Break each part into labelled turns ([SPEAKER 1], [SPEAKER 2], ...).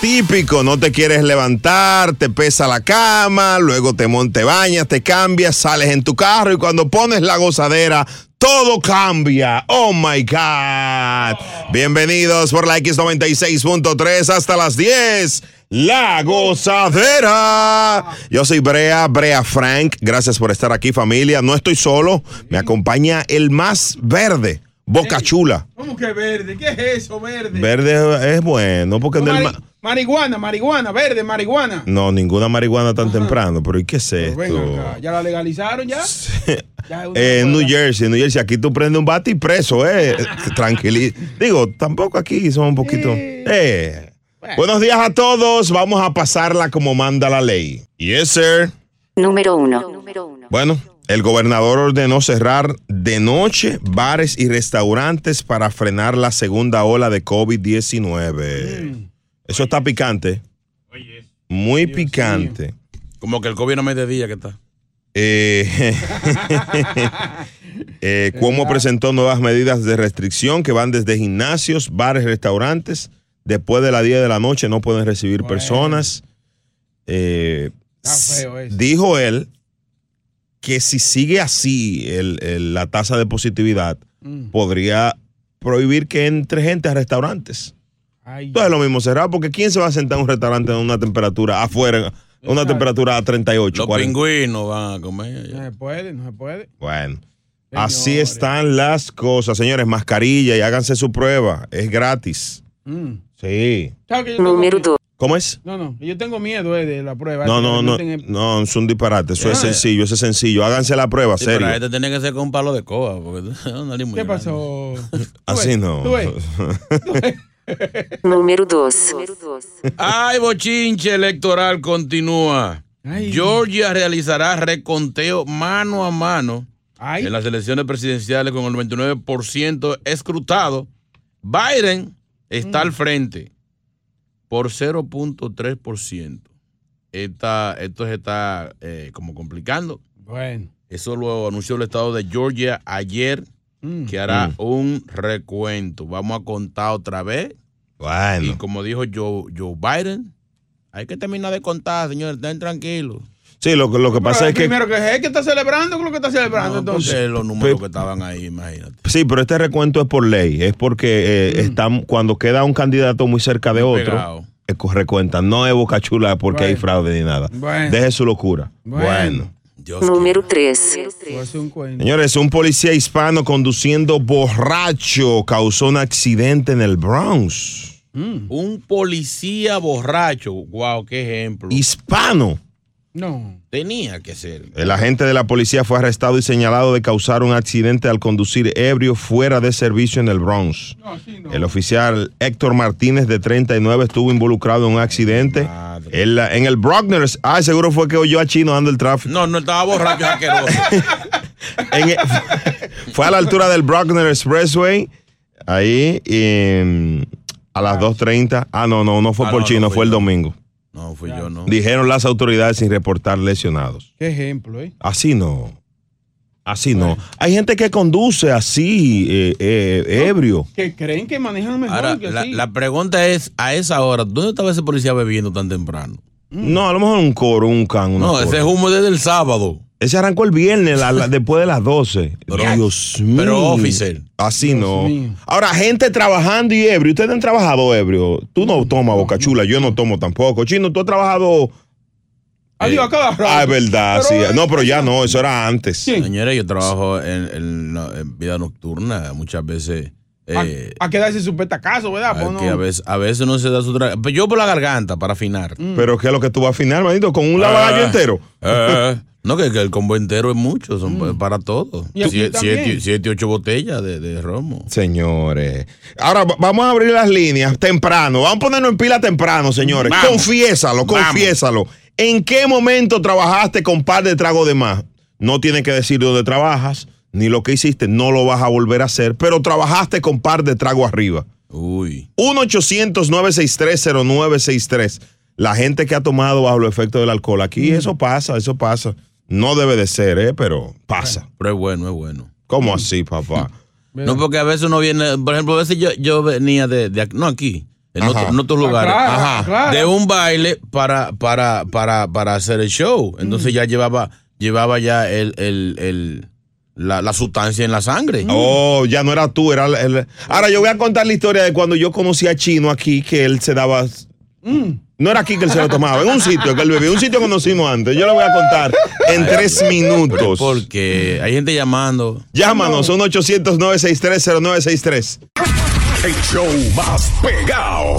[SPEAKER 1] Típico, no te quieres levantar, te pesa la cama, luego te mon- te bañas, te cambias, sales en tu carro y cuando pones la gozadera, todo cambia. Oh my God. Bienvenidos por la X96.3 hasta las 10. La gozadera. Yo soy Brea, Brea Frank. Gracias por estar aquí, familia. No estoy solo. Me acompaña el más verde, Boca Chula.
[SPEAKER 2] ¿Cómo que verde? ¿Qué es eso, verde?
[SPEAKER 1] Verde es bueno porque es del
[SPEAKER 2] Mari-
[SPEAKER 1] ma-
[SPEAKER 2] marihuana, marihuana, verde, marihuana.
[SPEAKER 1] No, ninguna marihuana tan temprano, pero ¿y qué es esto?
[SPEAKER 2] Ah, ¿Ya la legalizaron ya? Ya es una
[SPEAKER 1] Eh, en
[SPEAKER 2] buena.
[SPEAKER 1] New Jersey, en New Jersey, aquí tú prendes un bate y preso, ¿eh? Tranquilito. Digo, tampoco aquí son un poquito. Eh. Buenos días a todos, vamos a pasarla como manda la ley. Yes, sir.
[SPEAKER 3] Número uno.
[SPEAKER 1] Bueno, el gobernador ordenó cerrar de noche bares y restaurantes para frenar la segunda ola de COVID-19.
[SPEAKER 2] Mm.
[SPEAKER 1] Eso está picante. Muy picante.
[SPEAKER 4] Como que el COVID no me de día que está.
[SPEAKER 1] Eh, eh, Cuomo presentó nuevas medidas de restricción que van desde gimnasios, bares, restaurantes. Después de las 10 de la noche no pueden recibir personas. Eh, dijo él que si sigue así el- el- la tasa de positividad, podría prohibir que entre gente a restaurantes. Entonces lo mismo cerrar, porque ¿quién se va a sentar en un restaurante en una temperatura afuera, a una temperatura a 38,
[SPEAKER 4] Los
[SPEAKER 1] 40?
[SPEAKER 4] pingüinos van a comer.
[SPEAKER 2] No se puede, no se puede.
[SPEAKER 1] Bueno, así están las cosas, señores. Mascarilla y háganse su prueba. Es gratis.
[SPEAKER 2] Mm.
[SPEAKER 1] Sí.
[SPEAKER 2] ¿Sabes que yo tengo miedo?
[SPEAKER 1] ¿Cómo es?
[SPEAKER 2] No, no, yo tengo miedo eh, de la prueba.
[SPEAKER 1] No,
[SPEAKER 2] Que
[SPEAKER 1] no,
[SPEAKER 2] me
[SPEAKER 1] no.
[SPEAKER 2] meten en-
[SPEAKER 1] No, es un disparate. Eso es
[SPEAKER 4] Ya.
[SPEAKER 1] sencillo, eso es sencillo. Háganse la prueba,
[SPEAKER 4] Sí, pero
[SPEAKER 1] serio.
[SPEAKER 4] a este tiene que ser con un palo de coba. Porque no le
[SPEAKER 2] ¿Qué pasó?
[SPEAKER 1] Así no.
[SPEAKER 2] tú ves.
[SPEAKER 3] Número 2.
[SPEAKER 4] Ay, bochinche electoral continúa. Georgia realizará reconteo mano a mano en las elecciones presidenciales con el 99% escrutado. Biden está al frente por 0.3%. Esta- esto se está eh, como complicando.
[SPEAKER 2] Bueno.
[SPEAKER 4] Eso lo anunció el estado de Georgia ayer,
[SPEAKER 2] Mm.
[SPEAKER 4] que hará
[SPEAKER 1] Mm.
[SPEAKER 4] un recuento. Vamos a contar otra vez.
[SPEAKER 1] Bueno.
[SPEAKER 4] Y como dijo Joe, Joe Biden, hay que terminar de contar, señores, estén tranquilos.
[SPEAKER 1] Sí, lo, que- lo que pasa es que.
[SPEAKER 2] Primero que es el que está celebrando con lo que está celebrando, entonces.
[SPEAKER 4] Porque los números que estaban ahí, imagínate.
[SPEAKER 1] Sí, pero este recuento es por ley. Es porque
[SPEAKER 2] Mm.
[SPEAKER 1] eh, están, cuando queda un candidato muy cerca de otro,
[SPEAKER 4] pegado.
[SPEAKER 1] eh, co- recuentan. No es boca chula porque hay fraude ni nada. Deje su locura. bueno.
[SPEAKER 3] Número 3.
[SPEAKER 1] Señores, un policía hispano conduciendo borracho causó un accidente en el Bronx.
[SPEAKER 2] Mm.
[SPEAKER 4] Un policía borracho, wow, qué ejemplo.
[SPEAKER 1] Hispano.
[SPEAKER 2] No.
[SPEAKER 4] Tenía que ser.
[SPEAKER 1] El agente de la policía fue arrestado y señalado de causar un accidente al conducir ebrio fuera de servicio en el Bronx. El oficial Héctor Martínez, de 39, estuvo involucrado en un accidente en, la- en el Brockners. Ah, seguro fue que oyó a Chino dando el tráfico.
[SPEAKER 4] No, no estaba borracho, es asqueroso.
[SPEAKER 1] En e- fue a la altura del Brockner Expressway, ahí, y, mm, a las 2.30. Ah, no, no, no fue
[SPEAKER 4] Ah,
[SPEAKER 1] por
[SPEAKER 4] no,
[SPEAKER 1] Chino,
[SPEAKER 4] no
[SPEAKER 1] fue el domingo.
[SPEAKER 4] No, fui yo, no.
[SPEAKER 1] Dijeron las autoridades sin reportar lesionados.
[SPEAKER 2] Qué ejemplo, ¿eh?
[SPEAKER 1] Así no. Así no. Hay gente que conduce así, eh, eh, ebrio.
[SPEAKER 2] Que creen que manejan mejor
[SPEAKER 4] Ahora,
[SPEAKER 2] que
[SPEAKER 4] la,
[SPEAKER 2] así.
[SPEAKER 4] la pregunta es, a esa hora, ¿dónde estaba ese policía bebiendo tan temprano?
[SPEAKER 1] No, a lo mejor un coro, un can. una
[SPEAKER 4] Mm. No,
[SPEAKER 1] cosa.
[SPEAKER 4] ese humo desde el sábado.
[SPEAKER 1] Ese arrancó el viernes la- la- después de las 12. Dios mío.
[SPEAKER 4] pero officer.
[SPEAKER 1] Así no. Ahora, gente trabajando y ebrio. Ustedes han trabajado ebrio. Tú no tomas, Bocachula. Yo no tomo tampoco. Chino, tú has trabajado
[SPEAKER 2] Adiós, a cada rato.
[SPEAKER 1] Ah, es verdad, sí.
[SPEAKER 2] Pero, eh,
[SPEAKER 1] No, pero ya no, eso era antes.
[SPEAKER 2] ¿quién?
[SPEAKER 4] Señores, yo trabajo en, en la- en vida nocturna muchas veces. eh,
[SPEAKER 2] A, a quedarse su petacazo, ¿verdad? Pues
[SPEAKER 4] a-
[SPEAKER 2] no.
[SPEAKER 4] que a, veces, a veces no se da su trago. Yo por la garganta, para afinar.
[SPEAKER 1] Pero ¿qué es lo que tú vas a afinar, manito? ¿Con un lavadillo
[SPEAKER 4] Ah.
[SPEAKER 1] entero?
[SPEAKER 4] Eh, no, que, que el combo entero es mucho, son pa- para todos.
[SPEAKER 2] Mm. Y aquí
[SPEAKER 4] Siete,
[SPEAKER 2] también.
[SPEAKER 4] siete, siete, ocho botellas de, de romo.
[SPEAKER 1] Señores. Ahora va- vamos a abrir las líneas temprano. Vamos a ponernos en pila temprano, señores.
[SPEAKER 4] Vamos.
[SPEAKER 1] Confiésalo,
[SPEAKER 4] Vamos.
[SPEAKER 1] confiésalo. ¿En qué momento trabajaste con par de trago de más? No tienes que decir dónde trabajas, ni lo que hiciste, no lo vas a volver a hacer, pero trabajaste con par de trago arriba.
[SPEAKER 4] Uy.
[SPEAKER 1] 1-800-963-0963. La gente que ha tomado bajo los efectos del alcohol. Aquí
[SPEAKER 4] Mm.
[SPEAKER 1] eso pasa, eso pasa. No debe de ser, ¿eh? pero pasa.
[SPEAKER 4] Pero es bueno, es bueno.
[SPEAKER 1] ¿Cómo así, papá?
[SPEAKER 4] No, porque a veces uno viene, por ejemplo, a veces yo, yo venía de, de ac- no aquí, en,
[SPEAKER 1] Ajá.
[SPEAKER 4] otro- en otros
[SPEAKER 2] Ah,
[SPEAKER 4] lugares,
[SPEAKER 2] claro,
[SPEAKER 4] Ajá.
[SPEAKER 2] claro.
[SPEAKER 4] de un baile para, para, para, para hacer el show.
[SPEAKER 2] Mm.
[SPEAKER 4] Entonces ya llevaba, llevaba ya el, el, el- la, la sustancia en la sangre.
[SPEAKER 1] Oh, ya no era tú, era el, el- Ahora yo voy a contar la historia de cuando yo conocí a Chino aquí, que él se daba.
[SPEAKER 4] Mm.
[SPEAKER 1] No era aquí que él se lo tomaba, en un sitio que él bebía, un sitio que conocimos antes. Yo lo voy a contar en tres minutos.
[SPEAKER 4] Porque hay gente llamando.
[SPEAKER 1] Llámanos, 1 800 963
[SPEAKER 5] El show más pegado.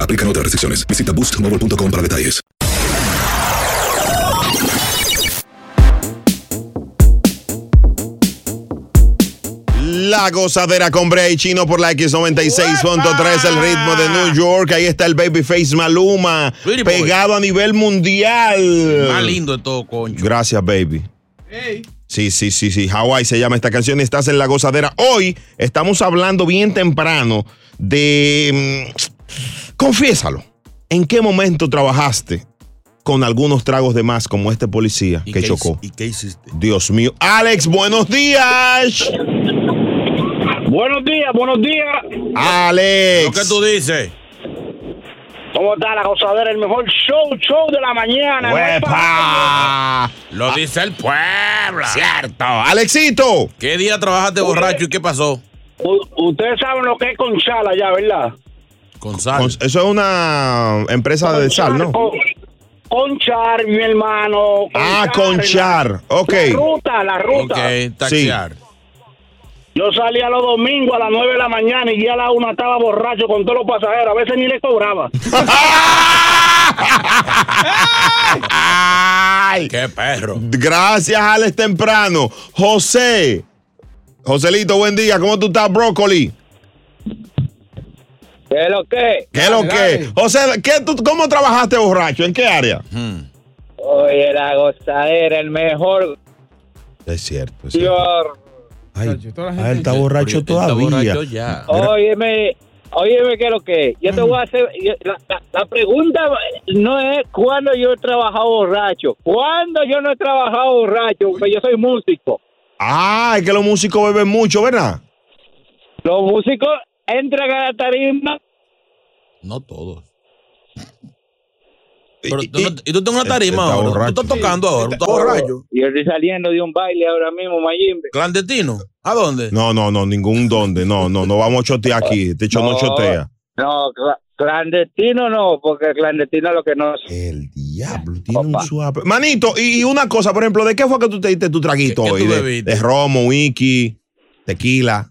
[SPEAKER 6] Aplican otras restricciones. Visita boostmobile.com para detalles.
[SPEAKER 1] La gozadera con Brea y Chino por la X96.3, el ritmo de New York. Ahí está el Babyface Maluma,
[SPEAKER 4] Pretty boy.
[SPEAKER 1] pegado a nivel mundial.
[SPEAKER 4] Más lindo de todo, concho.
[SPEAKER 1] Gracias, baby.
[SPEAKER 2] Ey,
[SPEAKER 1] Sí, sí, sí, sí. Hawái se llama esta canción. Estás en la gozadera. Hoy estamos hablando bien temprano de. mm, Confiésalo. ¿En qué momento trabajaste con algunos tragos de más, como este policía
[SPEAKER 4] ¿Y
[SPEAKER 1] que
[SPEAKER 4] qué
[SPEAKER 1] chocó?
[SPEAKER 4] hici- ¿Y qué hiciste?
[SPEAKER 1] Dios mío. Alex, buenos días.
[SPEAKER 7] Buenos días, buenos días.
[SPEAKER 4] Lo que
[SPEAKER 1] Alex.
[SPEAKER 4] tú dices.
[SPEAKER 7] ¿Cómo está la gozadera? El mejor show, show de la mañana.
[SPEAKER 1] ¡Huepa! Ah.
[SPEAKER 4] Lo dice el pueblo.
[SPEAKER 1] Cierto. Alexito.
[SPEAKER 4] ¿Qué día trabajaste borracho y qué pasó?
[SPEAKER 7] U- Ustedes saben lo que es con chala ya, ¿verdad?
[SPEAKER 4] Con sal.
[SPEAKER 1] Eso es una empresa de sal, ¿no?
[SPEAKER 7] Con, conchar, mi hermano.
[SPEAKER 1] Ah,
[SPEAKER 7] La,
[SPEAKER 1] Conchar. Ok.
[SPEAKER 7] la ruta, la ruta.
[SPEAKER 4] ok, taxear.
[SPEAKER 7] Yo salía los domingos a las 9 de la mañana y ya a la una estaba borracho con todos los pasajeros. A veces ni le cobraba.
[SPEAKER 1] Ay.
[SPEAKER 4] Qué perro.
[SPEAKER 1] Gracias, Alex Temprano. José. Joselito, buen día. ¿Cómo tú estás, Brócoli?
[SPEAKER 7] ¿Qué es lo que?
[SPEAKER 1] ¿Qué es lo
[SPEAKER 2] Dale,
[SPEAKER 1] que?
[SPEAKER 2] dale.
[SPEAKER 1] José, ¿qué tú- ¿cómo trabajaste borracho? ¿En qué área?
[SPEAKER 4] Hmm.
[SPEAKER 7] Oye, la gozadera, el mejor.
[SPEAKER 1] Es cierto. ah,
[SPEAKER 2] Ay, toda la gente- él está
[SPEAKER 4] borracho todavía. borracho ya.
[SPEAKER 7] Óyeme, óyeme, ¿qué es lo que? es? Yo te voy a hacer. yo- la, la- la pregunta no es cuándo yo he trabajado borracho. ¿Cuándo yo no he trabajado borracho? Porque yo soy músico.
[SPEAKER 1] Ah, es que los músicos beben mucho, ¿verdad?
[SPEAKER 7] Los músicos entran a la tarima.
[SPEAKER 4] No todos.
[SPEAKER 1] Y-
[SPEAKER 4] Pero
[SPEAKER 1] y- este,
[SPEAKER 4] tú, no- y tú tienes una tarima
[SPEAKER 1] Está
[SPEAKER 4] ahora.
[SPEAKER 1] borracho. Este
[SPEAKER 4] Tú estás tocando ahora. Tú estás borracho.
[SPEAKER 7] Yo estoy saliendo de un baile ahora mismo, Mayimbe.
[SPEAKER 4] Clandestino. ¿A dónde?
[SPEAKER 1] No, no, no, ningún donde. No, no, no vamos a chotear aquí. Este hecho no,
[SPEAKER 7] No.
[SPEAKER 1] chotea.
[SPEAKER 7] No, cla- clandestino no, porque clandestino es lo que no es.
[SPEAKER 1] El diablo tiene
[SPEAKER 7] Opa.
[SPEAKER 1] un suave. Manito, y, y una cosa, por ejemplo, ¿de qué fue que tú te diste tu traguito
[SPEAKER 4] ¿Qué- qué
[SPEAKER 1] hoy?
[SPEAKER 4] tú
[SPEAKER 1] De-
[SPEAKER 4] bebiste?
[SPEAKER 1] de romo, whisky, tequila.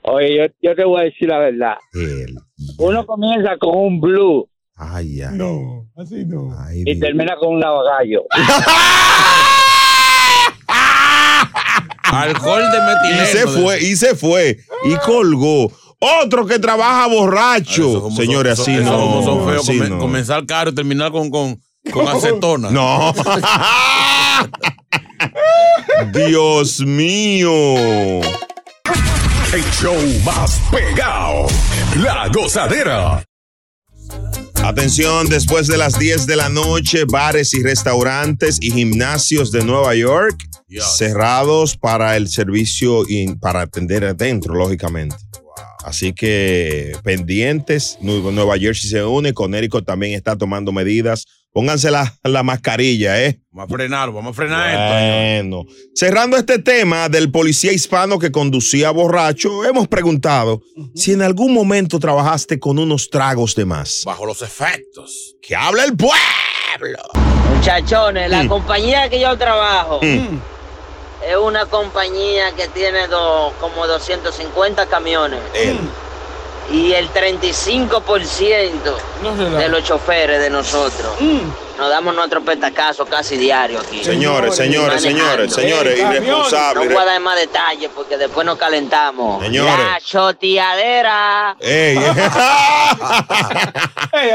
[SPEAKER 7] Oye, yo, yo te voy a decir la verdad.
[SPEAKER 1] El-
[SPEAKER 7] Uno comienza con un blue
[SPEAKER 1] Ay, ay.
[SPEAKER 2] No, así no.
[SPEAKER 1] ay,
[SPEAKER 7] y
[SPEAKER 1] Dios.
[SPEAKER 7] termina con un lavagallo.
[SPEAKER 4] Alcohol de metileno.
[SPEAKER 1] Y se
[SPEAKER 4] de-
[SPEAKER 1] fue, y se fue, y colgó. Otro que trabaja
[SPEAKER 4] Eso
[SPEAKER 1] borracho.
[SPEAKER 4] como
[SPEAKER 1] Señores,
[SPEAKER 4] son-
[SPEAKER 1] así
[SPEAKER 4] eso
[SPEAKER 1] no.
[SPEAKER 4] como son feos.
[SPEAKER 1] así
[SPEAKER 4] come-
[SPEAKER 1] no.
[SPEAKER 4] Comenzar caro y terminar con, con, con acetona.
[SPEAKER 1] No. Dios mío.
[SPEAKER 5] El show más pegado. La gozadera.
[SPEAKER 1] Atención, después de las 10 de la noche, bares y restaurantes y gimnasios de Nueva York cerrados para el servicio y para atender adentro, lógicamente. Así que pendientes, Nu- Nueva Jersey se une, Connecticut también está tomando medidas. Pónganse la, la mascarilla, ¿eh?
[SPEAKER 4] Vamos a frenar, vamos a frenar
[SPEAKER 1] Bueno, cerrando este tema del policía hispano que conducía borracho, hemos preguntado si en algún momento trabajaste con unos tragos de más.
[SPEAKER 4] Bajo los efectos.
[SPEAKER 1] ¡Que habla el pueblo!
[SPEAKER 8] Muchachones, la
[SPEAKER 1] Mm.
[SPEAKER 8] compañía que yo trabajo
[SPEAKER 1] Mm.
[SPEAKER 8] es una compañía que tiene do- como 250 camiones. Y el 35% de los choferes de nosotros
[SPEAKER 1] Mm.
[SPEAKER 4] Mm.
[SPEAKER 8] nos damos nuestro petacazo casi diario aquí. ¿eh?
[SPEAKER 1] Señores, señores, señores, señores, irresponsables.
[SPEAKER 8] No voy a dar más detalles porque después nos calentamos.
[SPEAKER 1] Señores.
[SPEAKER 8] La choteadera.
[SPEAKER 1] Ey,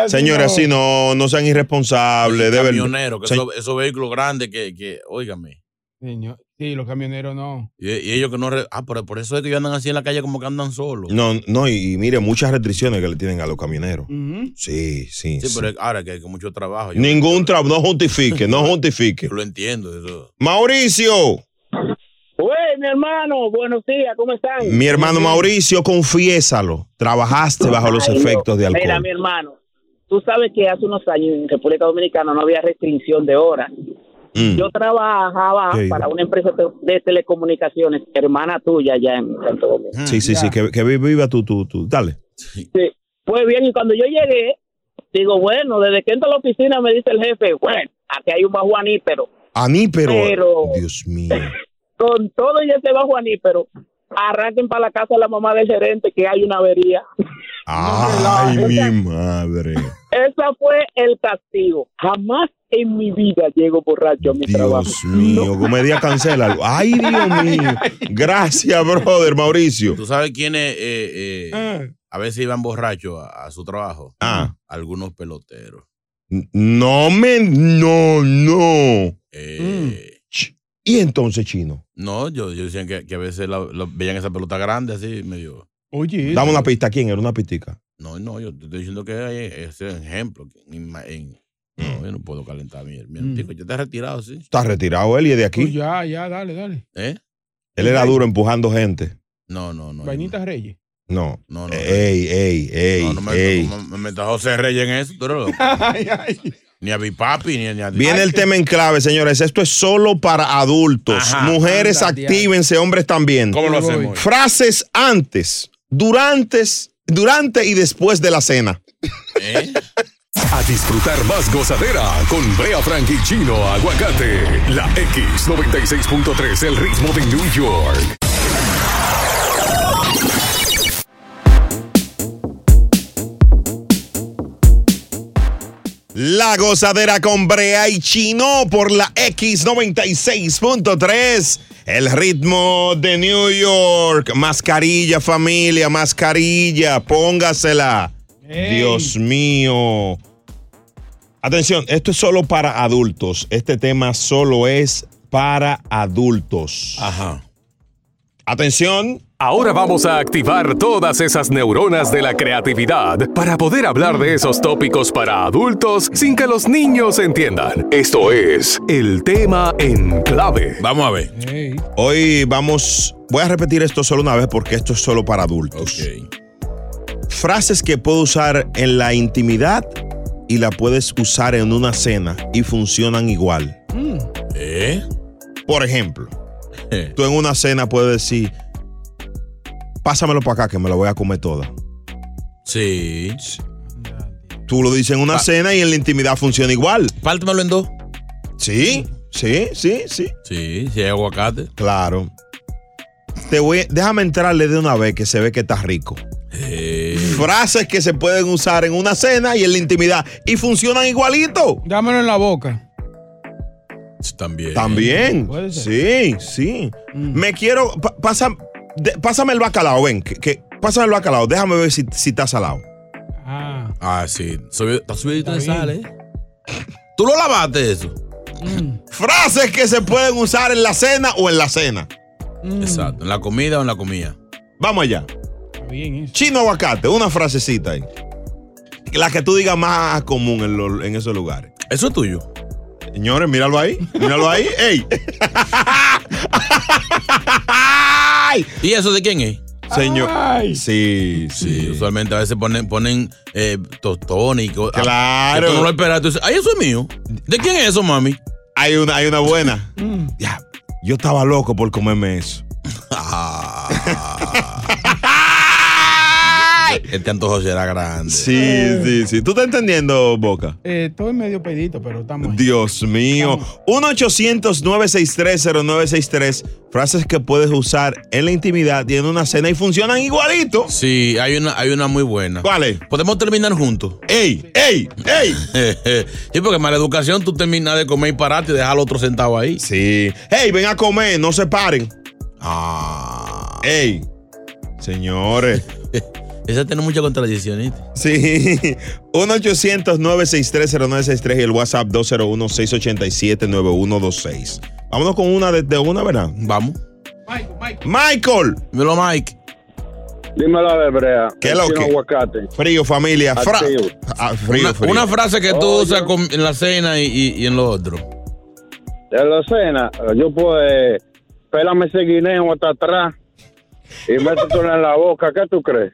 [SPEAKER 1] Señores, así no, no sean irresponsables, de verdad.
[SPEAKER 4] Camionero, que
[SPEAKER 1] Se-
[SPEAKER 4] esos, esos vehículos grandes que, que óigame.
[SPEAKER 2] Señor. Sí, los camioneros no.
[SPEAKER 4] Y, y ellos que no. re- ah, pero por eso es que ellos andan así en la calle como que andan solos.
[SPEAKER 1] No, no, y, y mire, muchas restricciones que le tienen a los camioneros.
[SPEAKER 4] Mm.
[SPEAKER 1] Sí, sí.
[SPEAKER 4] Sí,
[SPEAKER 1] sí.
[SPEAKER 4] pero ahora que hay mucho trabajo. Yo
[SPEAKER 1] Ningún trabajo, no justifique, no justifique.
[SPEAKER 4] lo entiendo. Eso.
[SPEAKER 1] Mauricio,
[SPEAKER 9] Güey, mi hermano, buenos días, ¿cómo están?
[SPEAKER 1] mi hermano Mauricio, confiésalo. Trabajaste bajo los
[SPEAKER 9] Ay, no.
[SPEAKER 1] efectos de
[SPEAKER 9] Mira, mi
[SPEAKER 1] alcohol.
[SPEAKER 9] hermano, tú sabes que hace unos años en República Dominicana no había restricción de horas.
[SPEAKER 1] Mm.
[SPEAKER 9] Yo trabajaba
[SPEAKER 1] Qué
[SPEAKER 9] para
[SPEAKER 1] ido.
[SPEAKER 9] una empresa te- de telecomunicaciones, hermana tuya allá en Santo Domingo.
[SPEAKER 1] Sí, sí, sí, que, que vi- viva tú, tú, tú. Dale.
[SPEAKER 9] Sí. Pues bien, y cuando yo llegué, digo, bueno, desde que entro a la oficina me dice el jefe, bueno, aquí hay un bajo anípero.
[SPEAKER 1] A mí, pero.
[SPEAKER 9] Pero-
[SPEAKER 1] Dios mío.
[SPEAKER 9] Con todo y ese bajo anípero, arranquen para la casa de la mamá del gerente que hay una avería.
[SPEAKER 1] Ay, mi madre.
[SPEAKER 9] Esa fue el castigo. Jamás en mi vida llego borracho a mi trabajo.
[SPEAKER 1] Dios mío, comedia cancela. Ay, Dios mío. Gracias, brother, Mauricio.
[SPEAKER 4] ¿Tú sabes quiénes eh, eh, a veces iban borrachos a, a su trabajo?
[SPEAKER 1] Ah.
[SPEAKER 4] Algunos peloteros.
[SPEAKER 1] No me. No, no.
[SPEAKER 4] Eh.
[SPEAKER 1] Ch- Y entonces, chino.
[SPEAKER 4] No, yo, yo decían que, que a veces la- la- veían esa pelota grande así, medio.
[SPEAKER 2] Oye. eh.
[SPEAKER 1] Dame una pista. ¿Quién era? Una pistica.
[SPEAKER 4] No, no, yo te estoy diciendo que hay ese ejemplo. que en ma- en- no, yo no puedo calentar mi,
[SPEAKER 1] Mm.
[SPEAKER 4] mi artículo. Yo te he retirado, sí.
[SPEAKER 1] Está retirado él y es de
[SPEAKER 2] Pues
[SPEAKER 1] aquí.
[SPEAKER 2] ya, ya, dale, dale.
[SPEAKER 4] ¿Eh?
[SPEAKER 1] Él era duro empujando gente.
[SPEAKER 4] No, no, no.
[SPEAKER 2] Vainitas Reyes.
[SPEAKER 1] No. E, Ey, ey, ey,
[SPEAKER 4] No, no me,
[SPEAKER 1] ey.
[SPEAKER 4] no me metas José Reyes en eso, tú eres loco. Ni a mi papi, ni, a- ni a
[SPEAKER 1] Viene el tema en clave, señores. Esto es solo para adultos.
[SPEAKER 4] Ajá.
[SPEAKER 1] Mujeres,
[SPEAKER 4] Anda,
[SPEAKER 1] actívense, hombres también.
[SPEAKER 4] ¿Cómo lo hacemos?
[SPEAKER 1] Frases antes, durante, durante y después de la cena.
[SPEAKER 10] A disfrutar más gozadera con Brea Frank y Chino Aguacate. La X96.3, el ritmo de New York.
[SPEAKER 1] La gozadera con Brea y Chino por la X96.3. El ritmo de New York. Mascarilla, familia, mascarilla. Póngasela. Dios mío. Atención, esto es solo para adultos. Este tema solo es para adultos.
[SPEAKER 4] Ajá.
[SPEAKER 1] Atención.
[SPEAKER 10] Ahora vamos a activar todas esas neuronas de la creatividad para poder hablar de esos tópicos para adultos sin que los niños entiendan. Esto es el tema en clave.
[SPEAKER 4] Vamos a ver.
[SPEAKER 1] Hoy vamos, voy a repetir esto solo una vez porque esto es solo para adultos. Frases que puedo usar en la intimidad y la puedes usar en una cena y funcionan igual.
[SPEAKER 4] ¿Eh?
[SPEAKER 1] Por ejemplo, tú en una cena puedes decir, pásamelo para acá que me lo voy a comer toda.
[SPEAKER 4] Sí.
[SPEAKER 1] Tú lo dices en una cena y en la intimidad funciona igual.
[SPEAKER 4] Pártemelo en dos.
[SPEAKER 1] Sí, sí, sí, sí.
[SPEAKER 4] Sí, si hay aguacate.
[SPEAKER 1] Claro. Te voy, déjame entrarle de una vez que se ve que estás rico.
[SPEAKER 4] Eh,
[SPEAKER 1] Frases que se pueden usar en una cena y en la intimidad y funcionan igualito.
[SPEAKER 2] Dámelo en la boca.
[SPEAKER 4] También.
[SPEAKER 1] También. Sí, sí.
[SPEAKER 2] Mm.
[SPEAKER 1] Me quiero. pa- pasa- de- pásame el bacalao, ven. Que, que- pásame el bacalao. Déjame ver si, si está salado.
[SPEAKER 2] Ah.
[SPEAKER 4] Ah, sí. Subi- Está subido de sal, ¿eh? ¿Tú lo lavaste eso?
[SPEAKER 1] Frases que se pueden usar en la cena o en la cena.
[SPEAKER 4] Exacto. ¿En la comida o en la comida?
[SPEAKER 1] Vamos allá.
[SPEAKER 2] Está bien, ¿eh?
[SPEAKER 1] Chino aguacate, una frasecita ahí. la que tú digas más común en, los- en esos lugares.
[SPEAKER 4] Eso es tuyo.
[SPEAKER 1] Señores, míralo ahí. Míralo ahí. ¡Ey!
[SPEAKER 4] ¿Y eso de quién es?
[SPEAKER 1] Señor. Sí,
[SPEAKER 4] sí. Usualmente a veces ponen, ponen eh, tostones y cosas.
[SPEAKER 1] Claro.
[SPEAKER 4] Que tú no lo esperas. Tú dices, ay, eso es mío. ¿De quién es eso, mami?
[SPEAKER 1] Hay una, hay una buena. Mm. Ya, yo estaba loco por comerme eso.
[SPEAKER 4] Este antojo será grande.
[SPEAKER 1] Sí, sí, sí. ¿Tú estás entendiendo, Boca?
[SPEAKER 11] Eh, estoy medio pedito, pero estamos. ahí.
[SPEAKER 1] Dios mío. 1-800-963-0963. Frases que puedes usar en la intimidad y en una cena y funcionan igualito.
[SPEAKER 4] Sí, hay una, hay una muy buena.
[SPEAKER 1] ¿Cuál es?
[SPEAKER 4] Podemos terminar juntos.
[SPEAKER 1] ¡Ey! ¡Ey! ¡Ey!
[SPEAKER 4] sí, porque mala educación, tú terminas de comer y pararte y dejar al otro sentado ahí.
[SPEAKER 1] Sí. ¡Ey! Ven a comer, no se paren. Ah. ¡Ey! Señores.
[SPEAKER 4] Esa tiene mucha contradicción, ¿eh?
[SPEAKER 1] Sí. 1-800-963-0963 y el WhatsApp 201-687-9126. Vámonos con una desde una, ¿verdad?
[SPEAKER 4] Vamos.
[SPEAKER 1] Michael.
[SPEAKER 4] Dímelo, Mike.
[SPEAKER 12] Dímelo, de Brea.
[SPEAKER 1] ¿Qué es lo
[SPEAKER 12] Vecino
[SPEAKER 1] que?
[SPEAKER 12] Aguacate.
[SPEAKER 1] Frío, familia. Fra-
[SPEAKER 12] Activo.
[SPEAKER 1] Ah, frío,
[SPEAKER 4] una,
[SPEAKER 1] frío. Oh,
[SPEAKER 4] una frase que tú usas con- en la cena y, y- y en lo otro.
[SPEAKER 12] En la cena, yo pues, pélame ese guineo hasta atrás y métetelo en la boca. ¿Qué tú crees?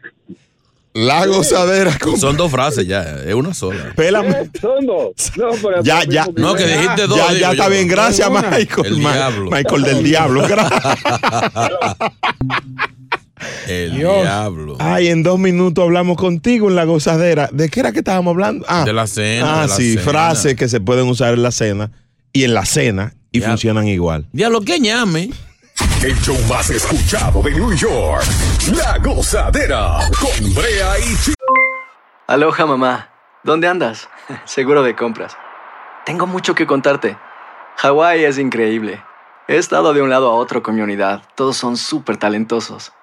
[SPEAKER 1] La gozadera.
[SPEAKER 4] Son dos frases ya, es una sola.
[SPEAKER 1] Pélame.
[SPEAKER 12] Son dos. No, pero
[SPEAKER 1] Ya, ya.
[SPEAKER 4] No, que dijiste dos.
[SPEAKER 1] Ya,
[SPEAKER 4] digo
[SPEAKER 1] ya está
[SPEAKER 4] yo.
[SPEAKER 1] bien. Gracias,
[SPEAKER 4] Una.
[SPEAKER 1] Michael.
[SPEAKER 4] El
[SPEAKER 1] Ma-
[SPEAKER 4] diablo.
[SPEAKER 1] Michael del diablo. Gracias.
[SPEAKER 4] El
[SPEAKER 1] Dios.
[SPEAKER 4] diablo.
[SPEAKER 1] Ay, en dos minutos hablamos contigo en la gozadera. ¿De qué era que estábamos hablando? Ah,
[SPEAKER 4] De la cena,
[SPEAKER 1] Ah,
[SPEAKER 4] de la
[SPEAKER 1] sí,
[SPEAKER 4] cena.
[SPEAKER 1] frases que se pueden usar en la cena y en la cena y funcionan igual.
[SPEAKER 4] Diablo, que ñame.
[SPEAKER 2] El show más escuchado de New York. La gozadera con Brea y Chino.
[SPEAKER 13] Aloha mamá, ¿dónde andas? Seguro de compras. Tengo mucho que contarte. Hawái es increíble. He estado de un lado a otro con mi unidad. Todos son súper talentosos.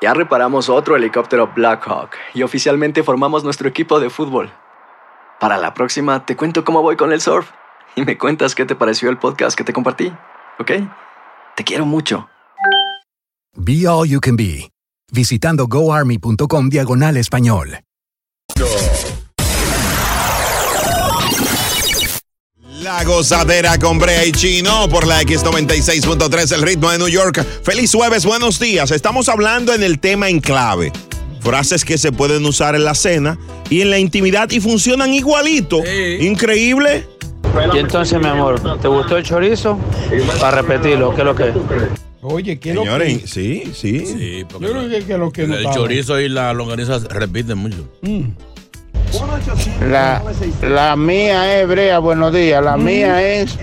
[SPEAKER 13] Ya reparamos otro helicóptero Blackhawk y oficialmente formamos nuestro equipo de fútbol. Para la próxima te cuento cómo voy con el surf y me cuentas qué te pareció el podcast que te compartí, ¿ok? Te quiero mucho.
[SPEAKER 14] Be All You Can Be, visitando goarmy.com diagonal español.
[SPEAKER 1] La gozadera con Brea y Chino por la X96.3, el ritmo de New York. Feliz jueves, buenos días. Estamos hablando en el tema en clave. Frases que se pueden usar en la cena y en la intimidad y funcionan igualito. Increíble.
[SPEAKER 7] Y entonces, mi amor, ¿te gustó el chorizo? Para repetirlo, ¿qué es lo que es?
[SPEAKER 11] Oye, ¿qué
[SPEAKER 1] Señores, sí, sí.
[SPEAKER 4] Sí, porque
[SPEAKER 11] lo que, que lo que no
[SPEAKER 4] el
[SPEAKER 11] estaba.
[SPEAKER 4] chorizo y la longaniza repiten mucho.
[SPEAKER 7] La, la mía es Brea, buenos días. La mía es.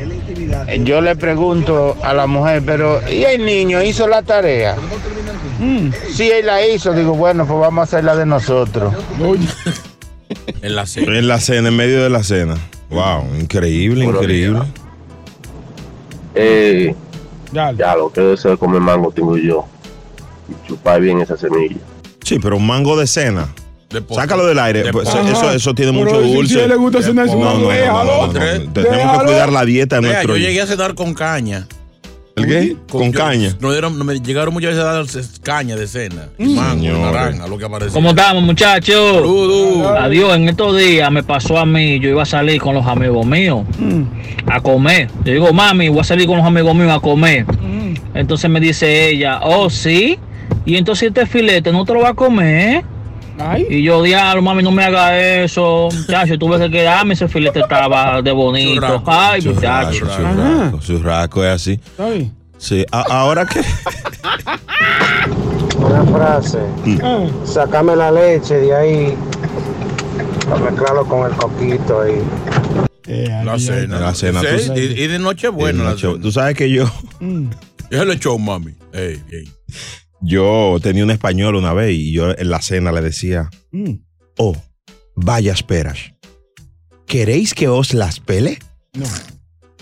[SPEAKER 7] Yo le pregunto a la mujer, pero ¿y el niño hizo la tarea? Si él la hizo, digo, bueno, pues vamos a hacerla de nosotros.
[SPEAKER 4] En la cena.
[SPEAKER 1] En la cena, en medio de la cena. Wow, increíble, increíble.
[SPEAKER 15] Eh, ya lo que deseo comer mango tengo yo. Y chupar bien esa semilla.
[SPEAKER 1] Sí, pero un mango de cena. Sácalo del aire. pues,
[SPEAKER 11] Ajá.
[SPEAKER 1] eso, eso tiene
[SPEAKER 11] Pero
[SPEAKER 1] mucho
[SPEAKER 11] si- si
[SPEAKER 1] dulce.
[SPEAKER 11] a él le gusta cenar su
[SPEAKER 1] no,
[SPEAKER 11] mango,
[SPEAKER 1] no, no, no,
[SPEAKER 11] déjalo.
[SPEAKER 1] no, no, no. Tenemos
[SPEAKER 4] Déjalo.
[SPEAKER 1] que cuidar la dieta de
[SPEAKER 4] Mira,
[SPEAKER 1] nuestro.
[SPEAKER 4] yo llegué a cenar con caña.
[SPEAKER 1] ¿El qué? Con,
[SPEAKER 4] yo-
[SPEAKER 1] caña. Mm.
[SPEAKER 4] No dieron- no me llegaron muchas veces a dar ces- caña de cena. Mango, naranja, lo que aparecía.
[SPEAKER 16] ¿Cómo estamos, muchachos? Adiós. En estos días me pasó a mí, yo iba a salir con los amigos míos a comer. Yo digo, mami, voy a salir con los amigos míos a comer. Entonces me dice ella, oh, sí. Y entonces este filete no te lo va a comer. Y yo, diablo, mami, no me haga eso. Muchacho, tuve que quedarme, ese filete estaba de bonito. Ay, muchacho.
[SPEAKER 1] Churrasco, churrasco es así. Sí, a- ahora que.
[SPEAKER 7] Una frase. Sacame la leche de ahí. Para mezclarlo con el coquito ahí.
[SPEAKER 4] La cena.
[SPEAKER 1] La cena, tú-
[SPEAKER 4] Sí, y, y de noche buena. la cena.
[SPEAKER 1] Tú sabes que yo,
[SPEAKER 4] Es el show, mami. Ey, ey.
[SPEAKER 1] yo tenía un español una vez y yo en la cena le decía, oh, vaya peras. ¿Queréis que os las pele?
[SPEAKER 11] No.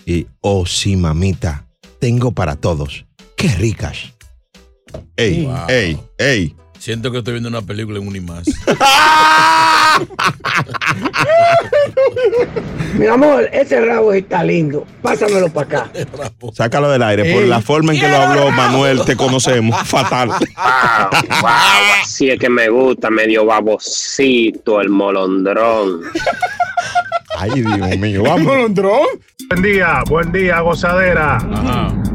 [SPEAKER 1] Y, oh, sí, mamita, tengo para todos. Qué ricas. Ey, ey, ey.
[SPEAKER 4] Siento que estoy viendo una película en Unimás.
[SPEAKER 17] Mi amor, ese rabo está lindo. Pásamelo para acá.
[SPEAKER 4] Oh.
[SPEAKER 1] Sácalo del aire. Por
[SPEAKER 17] Ey.
[SPEAKER 1] la forma en que lo habló Manuel, te conocemos. Fatal.
[SPEAKER 18] Wow, así es que me gusta, medio babosito el molondrón.
[SPEAKER 1] Ay, Dios mío,
[SPEAKER 19] Molondrón. Buen día, buen día, gozadera.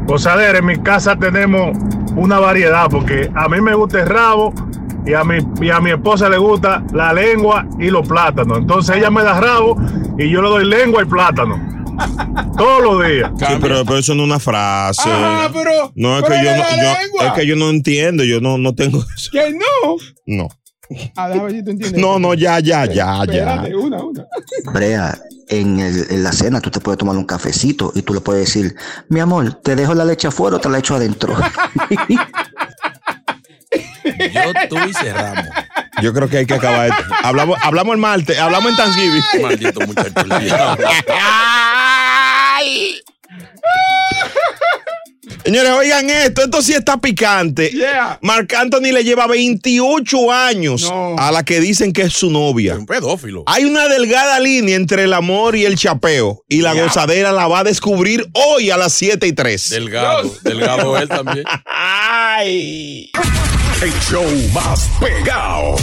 [SPEAKER 19] Gozadera, en mi casa tenemos una variedad porque a mí me gusta el rabo y a mi, y a mi esposa le gusta la lengua y los plátanos. Entonces ella me da rabo y yo le doy lengua y plátano. Todos los días.
[SPEAKER 1] Sí, pero, pero eso no es una frase.
[SPEAKER 11] Ah,
[SPEAKER 19] Ajá, pero-
[SPEAKER 1] no, es
[SPEAKER 19] pero
[SPEAKER 1] que yo
[SPEAKER 19] le
[SPEAKER 1] no,
[SPEAKER 19] da la
[SPEAKER 1] yo-
[SPEAKER 19] lengua.
[SPEAKER 1] es que yo no entiendo. Yo no, no tengo eso.
[SPEAKER 2] ¿Que no?
[SPEAKER 1] No.
[SPEAKER 2] Ah, déjame ver si tú entiendes.
[SPEAKER 1] No, no, ya, ya, ya,
[SPEAKER 2] Espérate, una, una.
[SPEAKER 20] Brea, en, el- en la cena tú te puedes tomar un cafecito y tú le puedes decir, mi amor, ¿te dejo la leche afuera o te la echo adentro?
[SPEAKER 4] Yo, tú y cerramos.
[SPEAKER 1] Yo creo que hay que acabar esto. Hablamos, hablamos el martes, hablamos en Thanksgiving.
[SPEAKER 4] Maldito muchacho.
[SPEAKER 1] Señores, oigan esto, esto sí está picante. Marc Anthony le lleva 28 años a la que dicen que es su novia. Un
[SPEAKER 4] pedófilo.
[SPEAKER 1] Hay una delgada línea entre el amor y el chapeo. Y la
[SPEAKER 4] Ya.
[SPEAKER 1] gozadera la va a descubrir hoy a las 7 y 3.
[SPEAKER 4] Delgado. Delgado él también.
[SPEAKER 1] ¡Ay!
[SPEAKER 10] El show más pegado.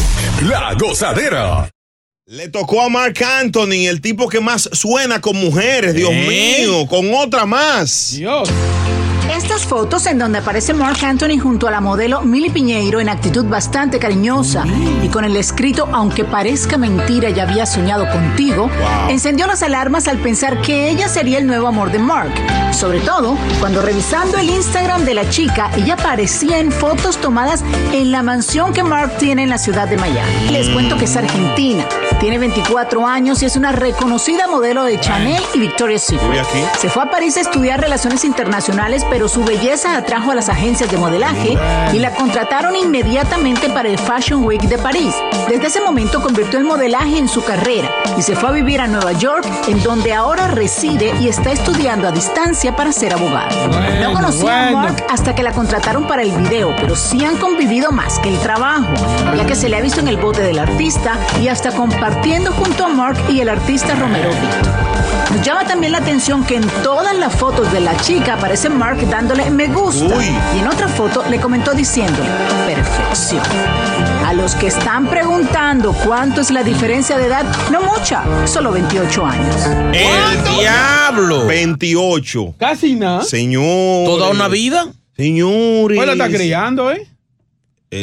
[SPEAKER 10] La gozadera.
[SPEAKER 1] Le tocó a Mark Anthony, el tipo que más suena con mujeres, Dios mío, con otra más.
[SPEAKER 2] Dios.
[SPEAKER 21] Estas fotos en donde aparece Mark Anthony junto a la modelo Milly Piñeiro en actitud bastante cariñosa y con el escrito Aunque parezca mentira, ya había soñado contigo, encendió las alarmas al pensar que ella sería el nuevo amor de Mark. Sobre todo cuando revisando el Instagram de la chica, ella aparecía en fotos tomadas en la mansión que Mark tiene en la ciudad de Miami. Les cuento que es argentina, tiene 24 años y es una reconocida modelo de Chanel y Victoria's Secret.
[SPEAKER 1] Voy aquí.
[SPEAKER 21] Se fue a París a estudiar relaciones internacionales, pero su belleza atrajo a las agencias de modelaje y la contrataron inmediatamente para el Fashion Week de París. Desde ese momento convirtió el modelaje en su carrera y se fue a vivir a Nueva York, en donde ahora reside y está estudiando a distancia para ser abogado. no conocía
[SPEAKER 22] bueno.
[SPEAKER 21] a Mark hasta que la contrataron para el video, pero sí han convivido más que el trabajo, ya que se le ha visto en el bote del artista y hasta compartiendo junto a Mark y el artista Romero Brito. Nos llama también la atención que en todas las fotos de la chica aparece Mark dándole me gusta. Y en otra foto le comentó diciéndole, perfección. A los que están preguntando cuánto es la diferencia de edad, no mucha, solo 28 años.
[SPEAKER 1] El diablo. 28.
[SPEAKER 2] Casi
[SPEAKER 21] ¿Ah?
[SPEAKER 2] nada.
[SPEAKER 1] Señor.
[SPEAKER 2] ¿Toda una vida?
[SPEAKER 1] Señores.
[SPEAKER 2] Pues la está criando, ¿eh?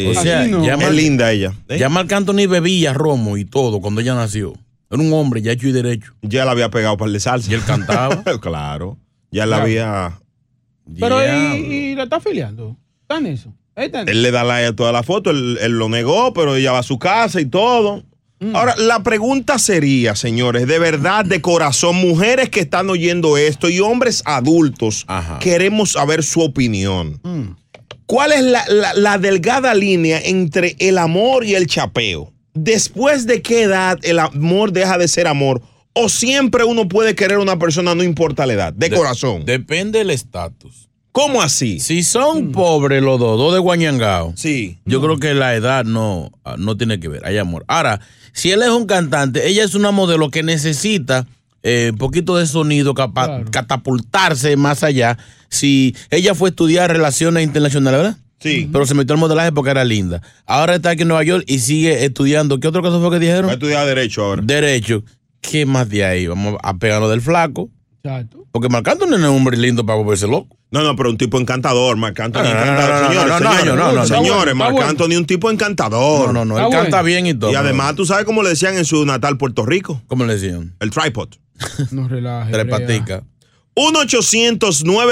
[SPEAKER 4] o sea,
[SPEAKER 2] Así no.
[SPEAKER 4] ya
[SPEAKER 2] Es
[SPEAKER 4] Marc-
[SPEAKER 1] linda ella. ¿eh?
[SPEAKER 4] Ya Marc Anthony bebía romo y todo cuando ella nació. Era un hombre ya hecho y derecho.
[SPEAKER 1] Ya la había pegado para el de salsa.
[SPEAKER 4] Y él cantaba.
[SPEAKER 1] claro. Ya la había.
[SPEAKER 2] Pero
[SPEAKER 1] Diablo.
[SPEAKER 2] y, y la está afiliando. Está en eso. Ahí está en
[SPEAKER 1] Él le da like a toda la foto, él, él lo negó, pero ella va a su casa y todo. Ahora, la pregunta sería, señores, de verdad, de corazón, mujeres que están oyendo esto y hombres adultos, queremos saber su opinión. ¿Cuál es la, la- la delgada línea entre el amor y el chapeo? ¿Después de qué edad el amor deja de ser amor? ¿O siempre uno puede querer a una persona, no importa la edad, de, corazón?
[SPEAKER 4] Depende del estatus.
[SPEAKER 1] ¿Cómo así?
[SPEAKER 4] Si son pobres los dos, dos de Guanyangao.
[SPEAKER 1] Sí.
[SPEAKER 4] Yo creo que la edad no, ah, no tiene que ver. Hay amor. Ahora, si él es un cantante, ella es una modelo que necesita eh, un poquito de sonido, capa- catapultarse más allá. Si ella fue a estudiar relaciones internacionales, ¿verdad?
[SPEAKER 1] Sí.
[SPEAKER 4] Pero se metió al modelaje porque era linda. Ahora está aquí en Nueva York y sigue estudiando. ¿Qué otro caso fue que dijeron? Va a
[SPEAKER 1] estudiar Derecho ahora.
[SPEAKER 4] Derecho. ¿Qué más de ahí? Vamos a pegarnos del flaco.
[SPEAKER 2] Exacto.
[SPEAKER 4] Porque Marc Anthony no es un hombre lindo para volverse loco.
[SPEAKER 1] No, no, pero un tipo encantador, Marc Anthony encantador.
[SPEAKER 4] No, no, no, no,
[SPEAKER 1] Señores,
[SPEAKER 4] no, no,
[SPEAKER 1] señores,
[SPEAKER 4] no, no, no.
[SPEAKER 1] señores,
[SPEAKER 4] Está
[SPEAKER 1] Marc
[SPEAKER 4] bueno.
[SPEAKER 1] Anthony un tipo encantador.
[SPEAKER 4] No, no, no, él Está canta bueno. bien y todo.
[SPEAKER 1] Y además, ¿tú sabes cómo le decían en su natal Puerto Rico?
[SPEAKER 4] ¿Cómo le decían?
[SPEAKER 1] El tripod.
[SPEAKER 2] No relaje.
[SPEAKER 1] Tres
[SPEAKER 2] brea.
[SPEAKER 1] paticas.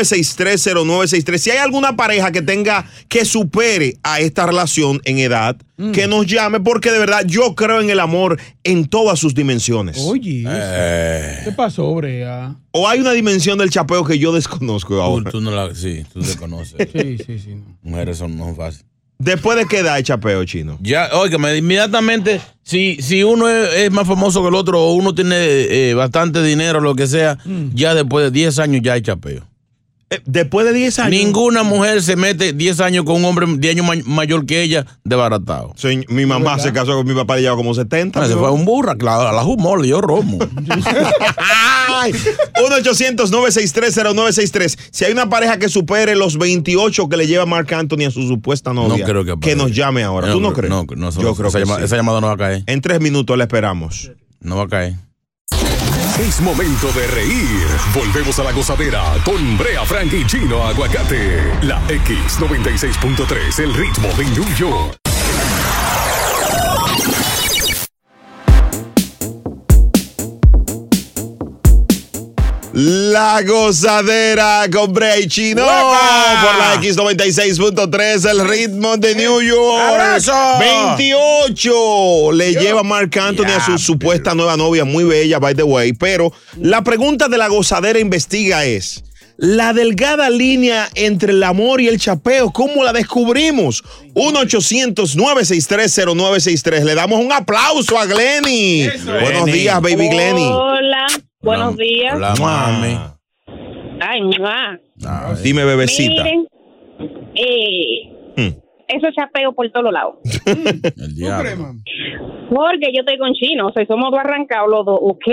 [SPEAKER 1] 1-800-963-0963. Si hay alguna pareja que tenga que supere a esta relación en edad,
[SPEAKER 4] Mm.
[SPEAKER 1] que nos llame, porque de verdad yo creo en el amor en todas sus dimensiones.
[SPEAKER 2] Oye.
[SPEAKER 4] Eh.
[SPEAKER 2] ¿Qué pasó, Brea?
[SPEAKER 1] O hay una dimensión del chapeo que yo desconozco
[SPEAKER 4] Tú,
[SPEAKER 1] ahora.
[SPEAKER 4] tú no la, sí, tú te conoces.
[SPEAKER 2] sí, sí, sí.
[SPEAKER 4] Mujeres son no son fáciles.
[SPEAKER 1] ¿Después de qué edad el chapeo, chino?
[SPEAKER 4] Ya, óigame, inmediatamente, si, si uno es, es más famoso que el otro
[SPEAKER 2] Mm.
[SPEAKER 4] o uno tiene eh, bastante dinero, lo que sea, ya después de 10 años ya hay chapeo.
[SPEAKER 1] después de 10 años.
[SPEAKER 4] Ninguna mujer se mete 10 años con un hombre 10 años ma- mayor que ella desbaratado.
[SPEAKER 1] mi mamá se casó con mi papá y lleva como 70.
[SPEAKER 4] se
[SPEAKER 1] ¿no?
[SPEAKER 4] fue un burra, claro, a la humor, yo romo.
[SPEAKER 1] 1-800-963-0963. Si hay una pareja que supere los 28 que le lleva Mark Anthony a su supuesta novia,
[SPEAKER 4] creo que
[SPEAKER 1] nos llame ahora.
[SPEAKER 4] No
[SPEAKER 1] ¿Tú no
[SPEAKER 4] creo-
[SPEAKER 1] crees?
[SPEAKER 4] no, no, eso-
[SPEAKER 1] Yo creo
[SPEAKER 4] esa
[SPEAKER 1] que
[SPEAKER 4] llama-
[SPEAKER 1] sí.
[SPEAKER 4] esa llamada no va a caer.
[SPEAKER 1] En tres minutos la esperamos.
[SPEAKER 4] No va a caer.
[SPEAKER 10] Es momento de reír. Volvemos a la gozadera con Brea Frank y Chino Aguacate. La X96.3, el ritmo de New York.
[SPEAKER 1] La gozadera con Brea y Chino por la X96.3, el ritmo de New York.
[SPEAKER 4] ¡Abrazo!
[SPEAKER 1] 28 le lleva Mark Anthony a su supuesta nueva novia, muy bella, by the way. Pero la pregunta de la gozadera investiga es: ¿la delgada línea entre el amor y el chapeo, cómo la descubrimos? 1-800-963-0963. Le damos un aplauso a Glenny. Buenos
[SPEAKER 4] Glenny.
[SPEAKER 1] días, baby Glenny.
[SPEAKER 23] Hola, buenos días.
[SPEAKER 1] Hola, mami.
[SPEAKER 23] Ay, ma.
[SPEAKER 1] Dime, bebecita. Mm.
[SPEAKER 23] Miren, eh, eso es chapeo por todos lados. Porque yo estoy con chino, o sea, somos dos arrancados los dos, ok.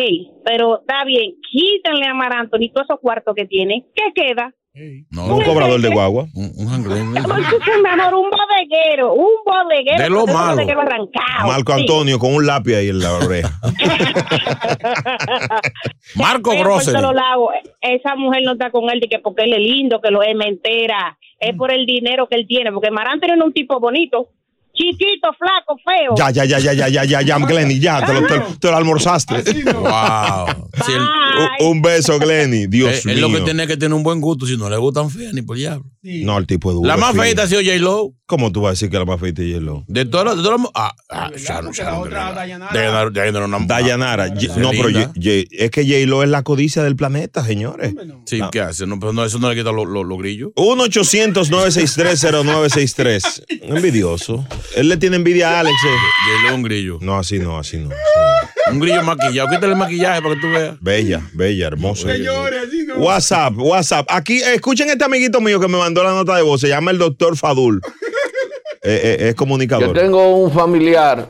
[SPEAKER 23] Pero está bien, quítenle a Mar Anthony todos esos cuartos que tiene. ¿Qué queda?
[SPEAKER 1] un cobrador de guagua.
[SPEAKER 4] Un, un
[SPEAKER 23] Porque, mi amor, un bodeguero, un bodeguero.
[SPEAKER 1] De lo
[SPEAKER 23] porque es un
[SPEAKER 1] malo.
[SPEAKER 23] bodeguero arrancado.
[SPEAKER 1] Marco
[SPEAKER 23] sí.
[SPEAKER 1] Antonio con un lápiz ahí en la oreja.
[SPEAKER 4] Marco
[SPEAKER 23] Pero por
[SPEAKER 1] Grosser.
[SPEAKER 23] todos lados, esa mujer no está con él de que porque él es lindo, que lo es mentira.
[SPEAKER 1] Mm.
[SPEAKER 23] Es por el dinero que él tiene, porque Marantino es un tipo bonito, chiquito, flaco, feo.
[SPEAKER 1] Ya, ya, ya, ya, ya, ya, ya, ya, Glenny, ya, te lo, te- te lo almorzaste.
[SPEAKER 4] Wow. Si el-
[SPEAKER 1] Un- Un beso, Glenny. Dios
[SPEAKER 4] es, es Eh, lo que
[SPEAKER 1] mío.
[SPEAKER 4] tiene que tener un buen gusto, si no le gustan feas ni por diablo.
[SPEAKER 1] No, el tipo es duro.
[SPEAKER 4] La más
[SPEAKER 1] fino.
[SPEAKER 4] feita ha sido J-Lo.
[SPEAKER 1] ¿Cómo tú vas a decir que la más feita es J-Lo?
[SPEAKER 4] De todas las. De todas las- ah, ah, Sharon, Sharon, de verdad. Dayanara- Dayanara era una-
[SPEAKER 1] Dayanara. Ye- No, pero
[SPEAKER 4] linda.
[SPEAKER 1] Ye- Ye- es que J-Lo es la codicia del planeta, señores.
[SPEAKER 4] Sí, ¿qué hace? No, pero no, eso no le quita los lo, los grillos.
[SPEAKER 1] 1-800-963-0963. Envidioso. Él le tiene envidia a Alex. eh.
[SPEAKER 4] J-Lo es un grillo.
[SPEAKER 1] No, así no, así no.
[SPEAKER 4] Un grillo maquillado. Quítale el maquillaje para que tú veas.
[SPEAKER 1] Bella, bella, hermosa. WhatsApp, WhatsApp. Aquí, escuchen este amiguito mío que me mandó la nota de voz. Se llama el doctor Fadul. Eh, eh, es
[SPEAKER 11] Yo
[SPEAKER 1] comunicador.
[SPEAKER 11] tengo un familiar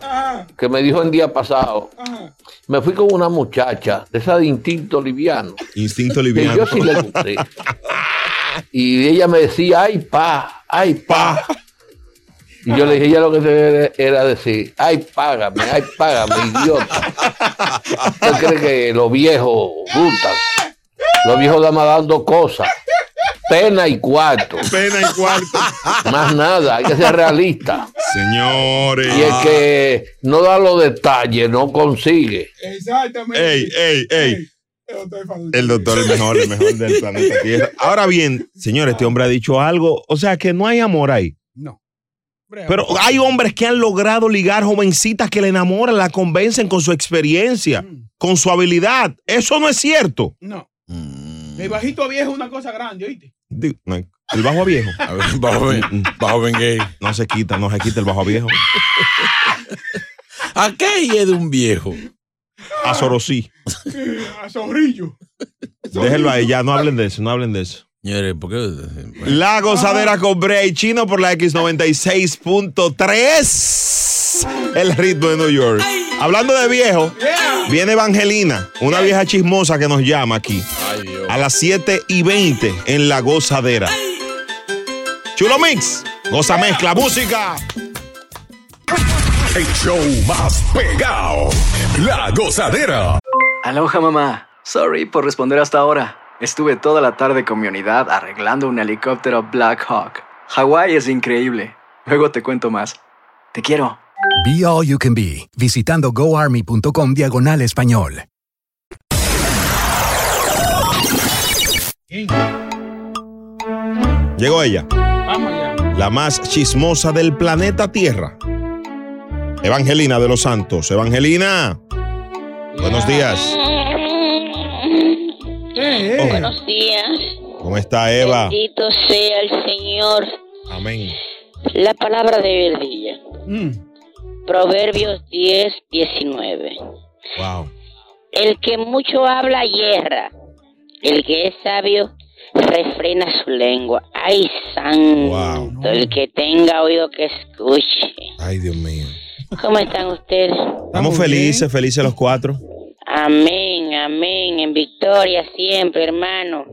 [SPEAKER 11] que me dijo el día pasado, me fui con una muchacha de esa de instinto liviano.
[SPEAKER 1] Instinto
[SPEAKER 11] que
[SPEAKER 1] liviano.
[SPEAKER 11] yo sí le gusté. Y ella me decía, ay pa, ay pa. Y yo le dije, ella lo que debe era decir, ay págame, ay págame, idiota. ¿Usted cree que los viejos gustan? Los viejos damas dando cosas. Pena y cuarto.
[SPEAKER 1] Pena y cuarto.
[SPEAKER 11] Más nada, hay que ser realista.
[SPEAKER 1] Señores.
[SPEAKER 11] Y el que no da los detalles, no consigue.
[SPEAKER 2] Exactamente.
[SPEAKER 1] ey, ey. El doctor es mejor, el mejor del planeta Tierra. Ahora bien, señores, este hombre ha dicho algo. O sea, que no hay amor ahí. No. Pero hay hombres que han logrado ligar jovencitas que le enamoran, la convencen con su experiencia, con su habilidad. Eso no es cierto.
[SPEAKER 2] No.
[SPEAKER 1] Mm.
[SPEAKER 2] El bajito viejo es una cosa grande, ¿oíste?
[SPEAKER 1] Digo, no, El bajo a viejo.
[SPEAKER 4] bajo, gay.
[SPEAKER 1] No se quita, no se quita el bajo a viejo.
[SPEAKER 4] ¿A qué y es de un viejo?
[SPEAKER 1] A Sorosí.
[SPEAKER 2] Eh, A zorrillo.
[SPEAKER 1] Déjenlo ahí, ya no hablen de eso, no hablen de eso.
[SPEAKER 4] Señores, ¿por qué?
[SPEAKER 1] La gozadera con Brea y Chino por la X96.3. El ritmo de New York. Hablando de viejo, viene Evangelina, una vieja chismosa que nos llama aquí. A las 7 y 20 en la gozadera. Chulo Mix, goza mezcla, música.
[SPEAKER 10] El show más pegado. La gozadera.
[SPEAKER 13] Aloha mamá. Sorry por responder hasta ahora. Estuve toda la tarde con mi unidad arreglando un helicóptero Black Hawk. Hawái es increíble. Luego te cuento más. Te quiero.
[SPEAKER 14] Be All You Can Be, visitando goarmy.com diagonal español.
[SPEAKER 1] Llegó ella. La más chismosa del planeta Tierra. Evangelina de los Santos. Evangelina. Buenos días. eh.
[SPEAKER 24] Buenos días.
[SPEAKER 1] ¿Cómo está Eva?
[SPEAKER 24] Bendito sea el Señor.
[SPEAKER 1] Amén.
[SPEAKER 24] La palabra de del día.
[SPEAKER 1] Mm.
[SPEAKER 24] Proverbios 10, 19.
[SPEAKER 1] Wow.
[SPEAKER 24] El que mucho habla hierra. El que es sabio refrena su lengua. ¡Ay, santo! El que tenga oído que escuche.
[SPEAKER 1] Ay, Dios mío.
[SPEAKER 24] ¿Cómo están ustedes?
[SPEAKER 1] Estamos felices, felices los cuatro.
[SPEAKER 24] Amén, amén. En victoria siempre, hermano.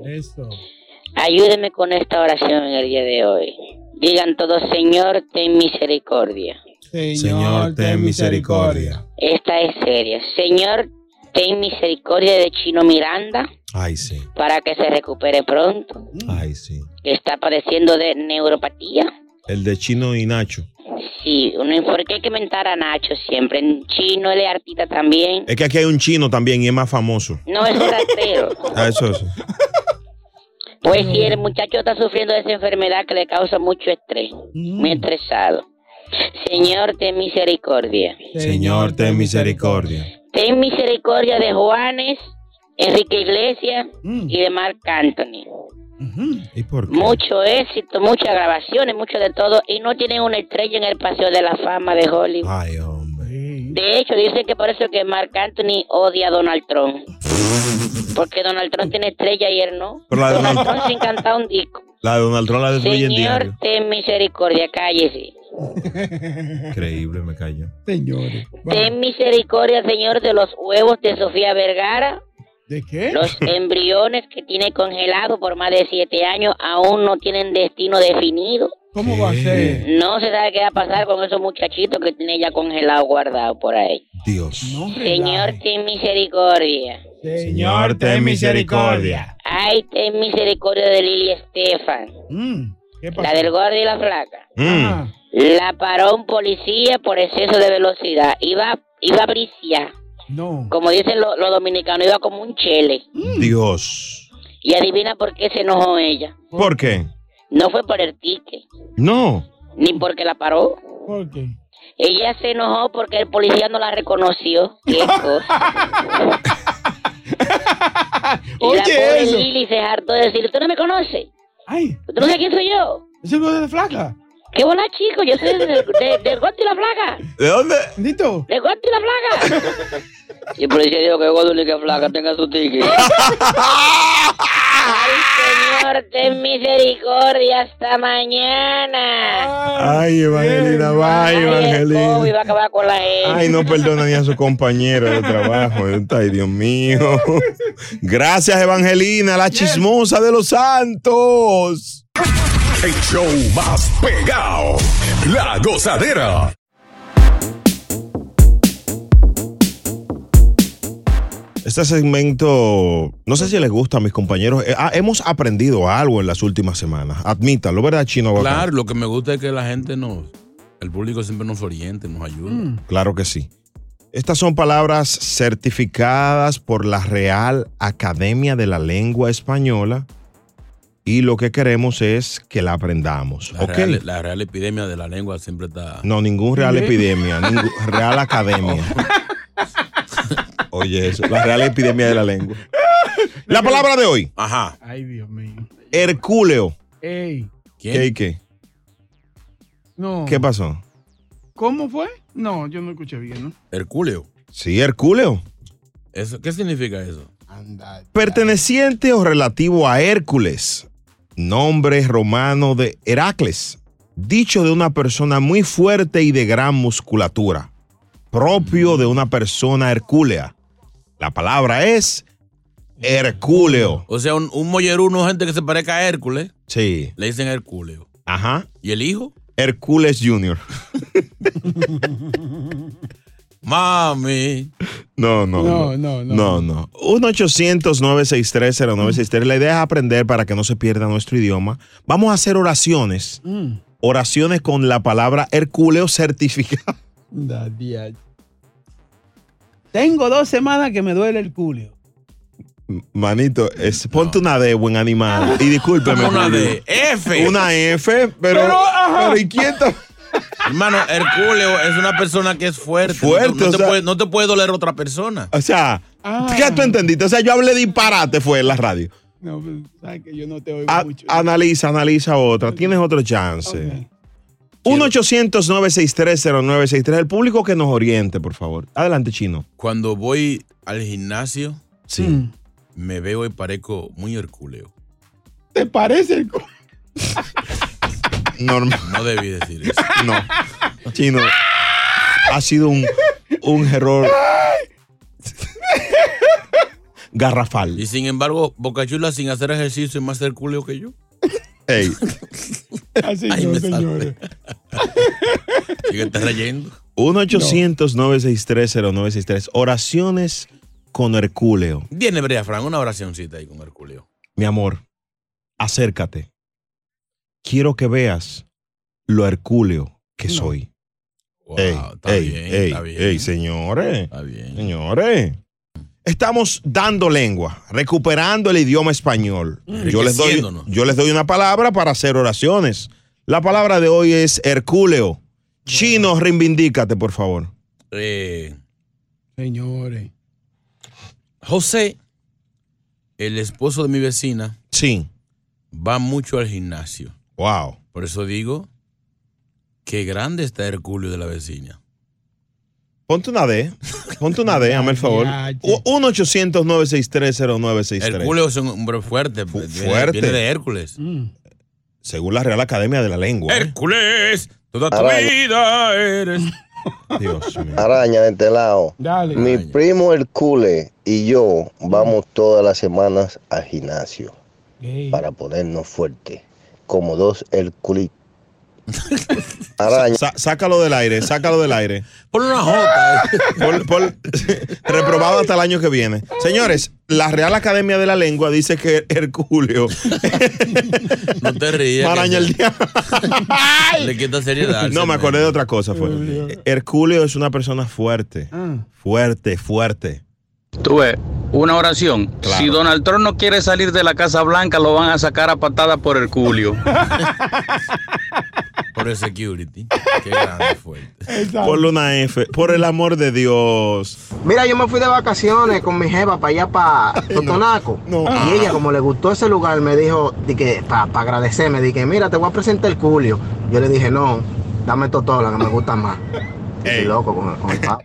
[SPEAKER 24] Ayúdeme con esta oración en el día de hoy. Digan todos, Señor, ten misericordia.
[SPEAKER 1] Señor, ten misericordia.
[SPEAKER 24] Esta es seria. Señor, ten misericordia de Chino Miranda
[SPEAKER 1] Ay, sí.
[SPEAKER 24] para que se recupere pronto.
[SPEAKER 1] Ay, sí.
[SPEAKER 24] que Está padeciendo de neuropatía.
[SPEAKER 1] El de Chino y Nacho.
[SPEAKER 24] Sí, uno, porque hay que mentar a Nacho siempre. En chino, él es artista también.
[SPEAKER 1] Es que aquí hay un chino también y es más famoso.
[SPEAKER 24] No es un ratero.
[SPEAKER 1] Ah, eso, eso.
[SPEAKER 24] Pues sí, el muchacho está sufriendo de esa enfermedad que le causa mucho estrés, muy estresado. Señor, ten misericordia.
[SPEAKER 1] Señor, ten misericordia.
[SPEAKER 24] Ten misericordia de Juanes, Enrique Iglesias y de Marc Anthony. Mucho éxito, muchas grabaciones, mucho de todo, y no tienen una estrella en el Paseo de la Fama de Hollywood. De hecho, dicen que por eso que Marc Anthony odia a Donald Trump. Porque Donald Trump tiene estrella y él no.
[SPEAKER 1] Pero la de
[SPEAKER 24] Donald
[SPEAKER 1] Donald-
[SPEAKER 24] Trump sin cantar un disco.
[SPEAKER 1] La de Donald Trump la destruye en
[SPEAKER 24] Señor,
[SPEAKER 1] diario.
[SPEAKER 24] ten misericordia, cállese.
[SPEAKER 1] Increíble, me cayó.
[SPEAKER 2] Señores.
[SPEAKER 24] Ten misericordia, Señor, de los huevos de Sofía Vergara.
[SPEAKER 2] ¿De qué?
[SPEAKER 24] Los embriones que tiene congelado por más de siete años aún no tienen destino definido.
[SPEAKER 2] ¿Cómo va a ser?
[SPEAKER 24] No se sabe qué va a pasar con esos muchachitos que tiene ya congelado, guardado por ahí.
[SPEAKER 1] Dios.
[SPEAKER 24] Señor, ten misericordia.
[SPEAKER 1] Señor, ten misericordia.
[SPEAKER 24] Ay, ten misericordia de Lili Estefan.
[SPEAKER 2] Mm,
[SPEAKER 24] La del gordo y la flaca.
[SPEAKER 1] Mm.
[SPEAKER 24] La paró un policía por exceso de velocidad. Iba, iba a briciar.
[SPEAKER 2] No.
[SPEAKER 24] Como dicen lo- los dominicanos, iba como un chele.
[SPEAKER 1] Dios.
[SPEAKER 24] Y adivina por qué se enojó ella.
[SPEAKER 1] ¿Por qué?
[SPEAKER 24] No fue por el ticket,
[SPEAKER 1] No.
[SPEAKER 24] ni porque la paró.
[SPEAKER 2] ¿Por qué?
[SPEAKER 24] Ella se enojó porque el policía no la reconoció. Qué cosa. Y
[SPEAKER 2] Oye,
[SPEAKER 24] la pobre
[SPEAKER 2] eso.
[SPEAKER 24] Lili se hartó de decir, ¿tú no me conoces?
[SPEAKER 2] Ay.
[SPEAKER 24] ¿Tú no sabes quién soy yo?
[SPEAKER 2] ¿Ese no es de flaca?
[SPEAKER 24] ¿Qué bola, chico? Yo soy del, de- del Gordo y la Flaca.
[SPEAKER 1] ¿De dónde?
[SPEAKER 2] ¿Dito?
[SPEAKER 24] ¡Del Gordo y la Flaca! Y el policía dijo que Gordo y que Flaca tenga su ticket. Señor, ten misericordia hasta mañana.
[SPEAKER 1] Ay, Evangelina, vaya,
[SPEAKER 24] Ay, el COVID va a
[SPEAKER 1] Evangelina.
[SPEAKER 24] acabar con la E. gente.
[SPEAKER 1] Ay, no perdona ni a su compañero de trabajo. Ay, Dios mío. Gracias, Evangelina, la chismosa de los santos.
[SPEAKER 10] El show más pegado. La gozadera.
[SPEAKER 1] Este segmento, no sé si les gusta a mis compañeros. Eh, ah, hemos aprendido algo en las últimas semanas. Admítalo, ¿verdad, Chino? Aguacate?
[SPEAKER 4] Claro, lo que me gusta es que la gente nos, el público siempre nos oriente, nos ayuda.
[SPEAKER 2] Mm.
[SPEAKER 1] Claro que sí. Estas son palabras certificadas por la Real Academia de la Lengua Española y lo que queremos es que la aprendamos.
[SPEAKER 4] La,
[SPEAKER 1] ¿Ok?
[SPEAKER 4] real, la real epidemia de la lengua siempre está.
[SPEAKER 1] No, ningún Real Epidemia, ningún Real Academia. Oye, eso, la Real Epidemia de la Lengua. La palabra de hoy. Ajá.
[SPEAKER 2] Ay, Dios mío.
[SPEAKER 1] Hercúleo.
[SPEAKER 2] Ey.
[SPEAKER 1] ¿Qué y qué?
[SPEAKER 2] No.
[SPEAKER 1] ¿Qué pasó?
[SPEAKER 2] ¿Cómo fue? No, yo no escuché bien, ¿no?
[SPEAKER 4] Hercúleo.
[SPEAKER 1] Sí, Hercúleo.
[SPEAKER 4] Eso, ¿Qué significa eso?
[SPEAKER 1] Perteneciente o relativo a Hércules, nombre romano de Heracles, dicho de una persona muy fuerte y de gran musculatura, propio de una persona hercúlea. La palabra es hercúleo.
[SPEAKER 4] O sea, un, un molleruno, gente que se parezca a Hércules,
[SPEAKER 1] Sí.
[SPEAKER 4] le dicen Hercúleo.
[SPEAKER 1] Ajá.
[SPEAKER 4] ¿Y el hijo?
[SPEAKER 1] Hércules Jr.
[SPEAKER 4] Mami.
[SPEAKER 1] No, no.
[SPEAKER 4] No,
[SPEAKER 1] No,
[SPEAKER 4] no,
[SPEAKER 1] no, no. 1-800-963-0963. La idea es aprender para que no se pierda nuestro idioma. Vamos a hacer oraciones.
[SPEAKER 2] Mm.
[SPEAKER 1] Oraciones con la palabra hercúleo certificada.
[SPEAKER 2] Da día. Tengo dos semanas que me duele el culo.
[SPEAKER 1] Manito, es- ponte una D, buen animal. Y discúlpeme.
[SPEAKER 4] Una
[SPEAKER 1] público.
[SPEAKER 4] D. F.
[SPEAKER 1] Una F, pero.
[SPEAKER 4] Pero, ajá.
[SPEAKER 1] pero ¿y quién está-
[SPEAKER 4] Hermano, Hercúleo es una persona que es fuerte.
[SPEAKER 1] Fuerte,
[SPEAKER 4] No,
[SPEAKER 1] o
[SPEAKER 4] te- no te
[SPEAKER 1] sea-
[SPEAKER 4] puede, no te puede doler otra persona.
[SPEAKER 1] O sea,
[SPEAKER 2] Ah.
[SPEAKER 1] ¿qué tú entendiste? O sea, yo hablé disparate, fue en la radio.
[SPEAKER 2] No, pues, sabes que yo no te oigo
[SPEAKER 1] A- analiza, analiza otra. Tienes otro chance. 1-800-963-0963. El público que nos oriente, por favor. Adelante, chino.
[SPEAKER 4] Cuando voy al gimnasio,
[SPEAKER 1] sí.
[SPEAKER 4] me veo y parezco muy Hercúleo.
[SPEAKER 2] ¿Te parece el co-
[SPEAKER 1] Normal.
[SPEAKER 4] No debí decir eso.
[SPEAKER 1] No. Chino, ha sido un, un error garrafal.
[SPEAKER 4] Y sin embargo, Bocachula sin hacer ejercicio es más hercúleo que yo.
[SPEAKER 1] Ey.
[SPEAKER 2] Así no, señores.
[SPEAKER 4] Sigue este te reyendo.
[SPEAKER 1] 1-800-963-0963. Oraciones con Herculeo.
[SPEAKER 4] Viene Brea Fran, una oracioncita ahí con Herculeo.
[SPEAKER 1] Mi amor, acércate. Quiero que veas lo Herculeo que soy. ey, ey, ey, ey, señores. Señores. Estamos dando lengua, recuperando el idioma español. Yo les, doy,
[SPEAKER 4] Enriqueciéndonos.
[SPEAKER 1] yo les doy una palabra para hacer oraciones. La palabra de hoy es Herculeo. Chino, reivindícate, por favor.
[SPEAKER 4] Eh, Señores. José, el esposo de mi vecina.
[SPEAKER 1] Sí.
[SPEAKER 4] Va mucho al gimnasio.
[SPEAKER 1] Wow.
[SPEAKER 4] Por eso digo, qué grande está Herculeo de la vecina.
[SPEAKER 1] Ponte una D. Ponte una D, hazme el favor.
[SPEAKER 4] Ya,
[SPEAKER 1] 1-800-963-0963.
[SPEAKER 4] Herculeo es un hombre fuerte. viene-
[SPEAKER 1] fuerte.
[SPEAKER 4] Viene de Hércules.
[SPEAKER 1] Según la Real Academia de la Lengua.
[SPEAKER 4] Er,
[SPEAKER 1] ¿eh?
[SPEAKER 4] Hércules, toda tu
[SPEAKER 25] Araña.
[SPEAKER 4] vida eres.
[SPEAKER 1] Dios mío.
[SPEAKER 25] Araña de este lado.
[SPEAKER 4] Dale.
[SPEAKER 25] Mi primo Hercule y yo vamos todas las semanas al gimnasio para ponernos fuertes, como dos Herculitos.
[SPEAKER 1] Sa- sácalo del aire, sácalo del aire.
[SPEAKER 4] Pon una eh. jota.
[SPEAKER 1] reprobado hasta el año que viene. Señores, la Real Academia de la Lengua dice que Herculeo
[SPEAKER 4] No te rías.
[SPEAKER 1] Maraña el
[SPEAKER 4] día. Le quita seriedad. al
[SPEAKER 1] No, me
[SPEAKER 4] segmento.
[SPEAKER 1] acordé de otra cosa. Fue. Herculeo es una persona fuerte.
[SPEAKER 2] Ah.
[SPEAKER 1] Fuerte, fuerte.
[SPEAKER 3] Tuve una oración.
[SPEAKER 1] Claro.
[SPEAKER 3] Si Donald Trump no quiere salir de la Casa Blanca, lo van a sacar a patada por el culio.
[SPEAKER 4] Por el security. Qué grande fuerte.
[SPEAKER 1] Ponle una F. Por el amor de Dios.
[SPEAKER 6] Mira, yo me fui de vacaciones con mi jeva para allá, para Totonaco. Y ella, como le gustó ese lugar, me dijo, di que para agradecerme, dije, mira, te voy a presentar el culio. Yo le dije, no, dame Totola, que me gusta más. Estoy loco con, con el pavo.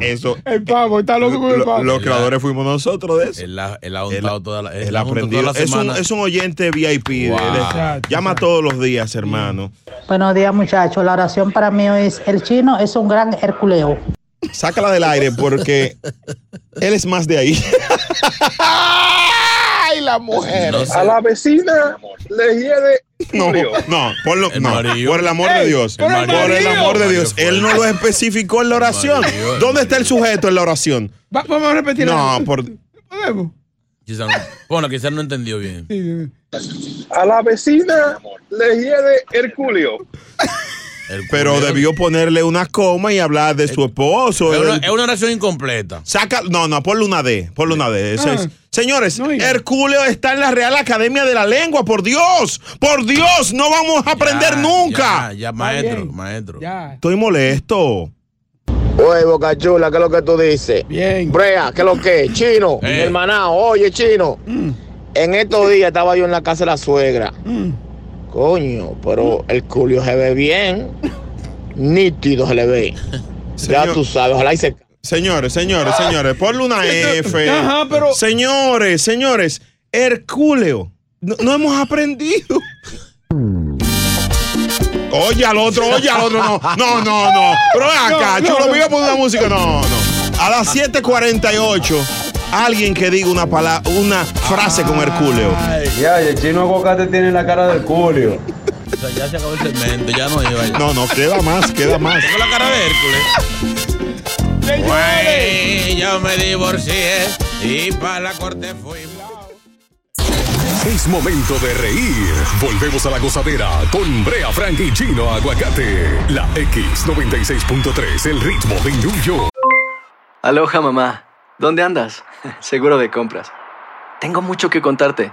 [SPEAKER 1] Eso.
[SPEAKER 2] El pavo, está loco con el
[SPEAKER 1] Lo-
[SPEAKER 2] pavo.
[SPEAKER 1] los creadores fuimos nosotros de eso.
[SPEAKER 4] Él ha, él ha untado toda la, él
[SPEAKER 1] Él
[SPEAKER 4] ha
[SPEAKER 1] ha
[SPEAKER 4] untado
[SPEAKER 1] aprendido.
[SPEAKER 4] toda la
[SPEAKER 1] Es un,
[SPEAKER 4] semana.
[SPEAKER 1] es un oyente VIP. de- de-
[SPEAKER 4] Wow.
[SPEAKER 1] llama todos los días, hermano.
[SPEAKER 2] Mm.
[SPEAKER 26] Buenos días, muchachos. La oración para mí es: el chino es un gran herculeo.
[SPEAKER 1] Sácala del aire porque él es más de ahí.
[SPEAKER 22] ¡Ay, la mujer!
[SPEAKER 1] No sé.
[SPEAKER 22] A la vecina le hiede.
[SPEAKER 1] No, no, por, lo- no, por el amor de Dios.
[SPEAKER 22] por el
[SPEAKER 1] por el
[SPEAKER 22] marido.
[SPEAKER 1] amor de Dios. Él no lo especificó en la oración. ¿Dónde está el sujeto en la oración?
[SPEAKER 2] vamos a repetir.
[SPEAKER 1] No, por,
[SPEAKER 4] Quizá no- bueno, quizás no entendió bien.
[SPEAKER 22] A la vecina le hiede Herculio.
[SPEAKER 1] pero debió ponerle una coma y hablar de su esposo.
[SPEAKER 4] Es una,
[SPEAKER 1] Él-
[SPEAKER 4] es una oración incompleta.
[SPEAKER 1] Saca, no, no, ponle una D, ponle una D. Ese
[SPEAKER 4] Ah.
[SPEAKER 1] es. Señores, Herculeo está en la Real Academia de la Lengua, por Dios, por Dios, no vamos a aprender nunca.
[SPEAKER 4] Ya, ya, maestro, maestro.
[SPEAKER 1] Estoy molesto.
[SPEAKER 6] Oye, Bocachula, ¿qué es lo que tú dices? Bien. Brea, ¿qué es lo que es? Chino, mi hermanao, oye, chino. En estos días estaba yo en la casa de la suegra.
[SPEAKER 14] Mm.
[SPEAKER 6] Coño, pero el culio se ve bien. Nítido se le ve. ya tú sabes, ojalá y se...
[SPEAKER 1] Señores, señores, señores, ponle una F.
[SPEAKER 6] Ajá, pero-
[SPEAKER 1] Señores, señores, Herculeo, no, no hemos aprendido. Oye al otro, oye al otro, no, no, no, no. Pero ven
[SPEAKER 22] No,
[SPEAKER 1] acá,
[SPEAKER 22] no,
[SPEAKER 1] chulo,
[SPEAKER 22] no.
[SPEAKER 1] me iba a poner una música, no, no. A las 7:48, alguien que diga una palabra, una frase con Herculeo.
[SPEAKER 27] Ya, y el chino aguacate tiene la cara del culio.
[SPEAKER 4] O sea, ya se acabó el segmento, ya no iba. ya.
[SPEAKER 1] No, no, queda más, queda más.
[SPEAKER 4] Tengo la cara de Hércules. Güey, yo me divorcié y para la corte fui.
[SPEAKER 10] Es momento de reír. Volvemos a la gozadera con Brea Frank y Chino Aguacate. La X96.3, el ritmo de New York.
[SPEAKER 13] Aloha mamá, ¿dónde andas? Seguro de compras. Tengo mucho que contarte.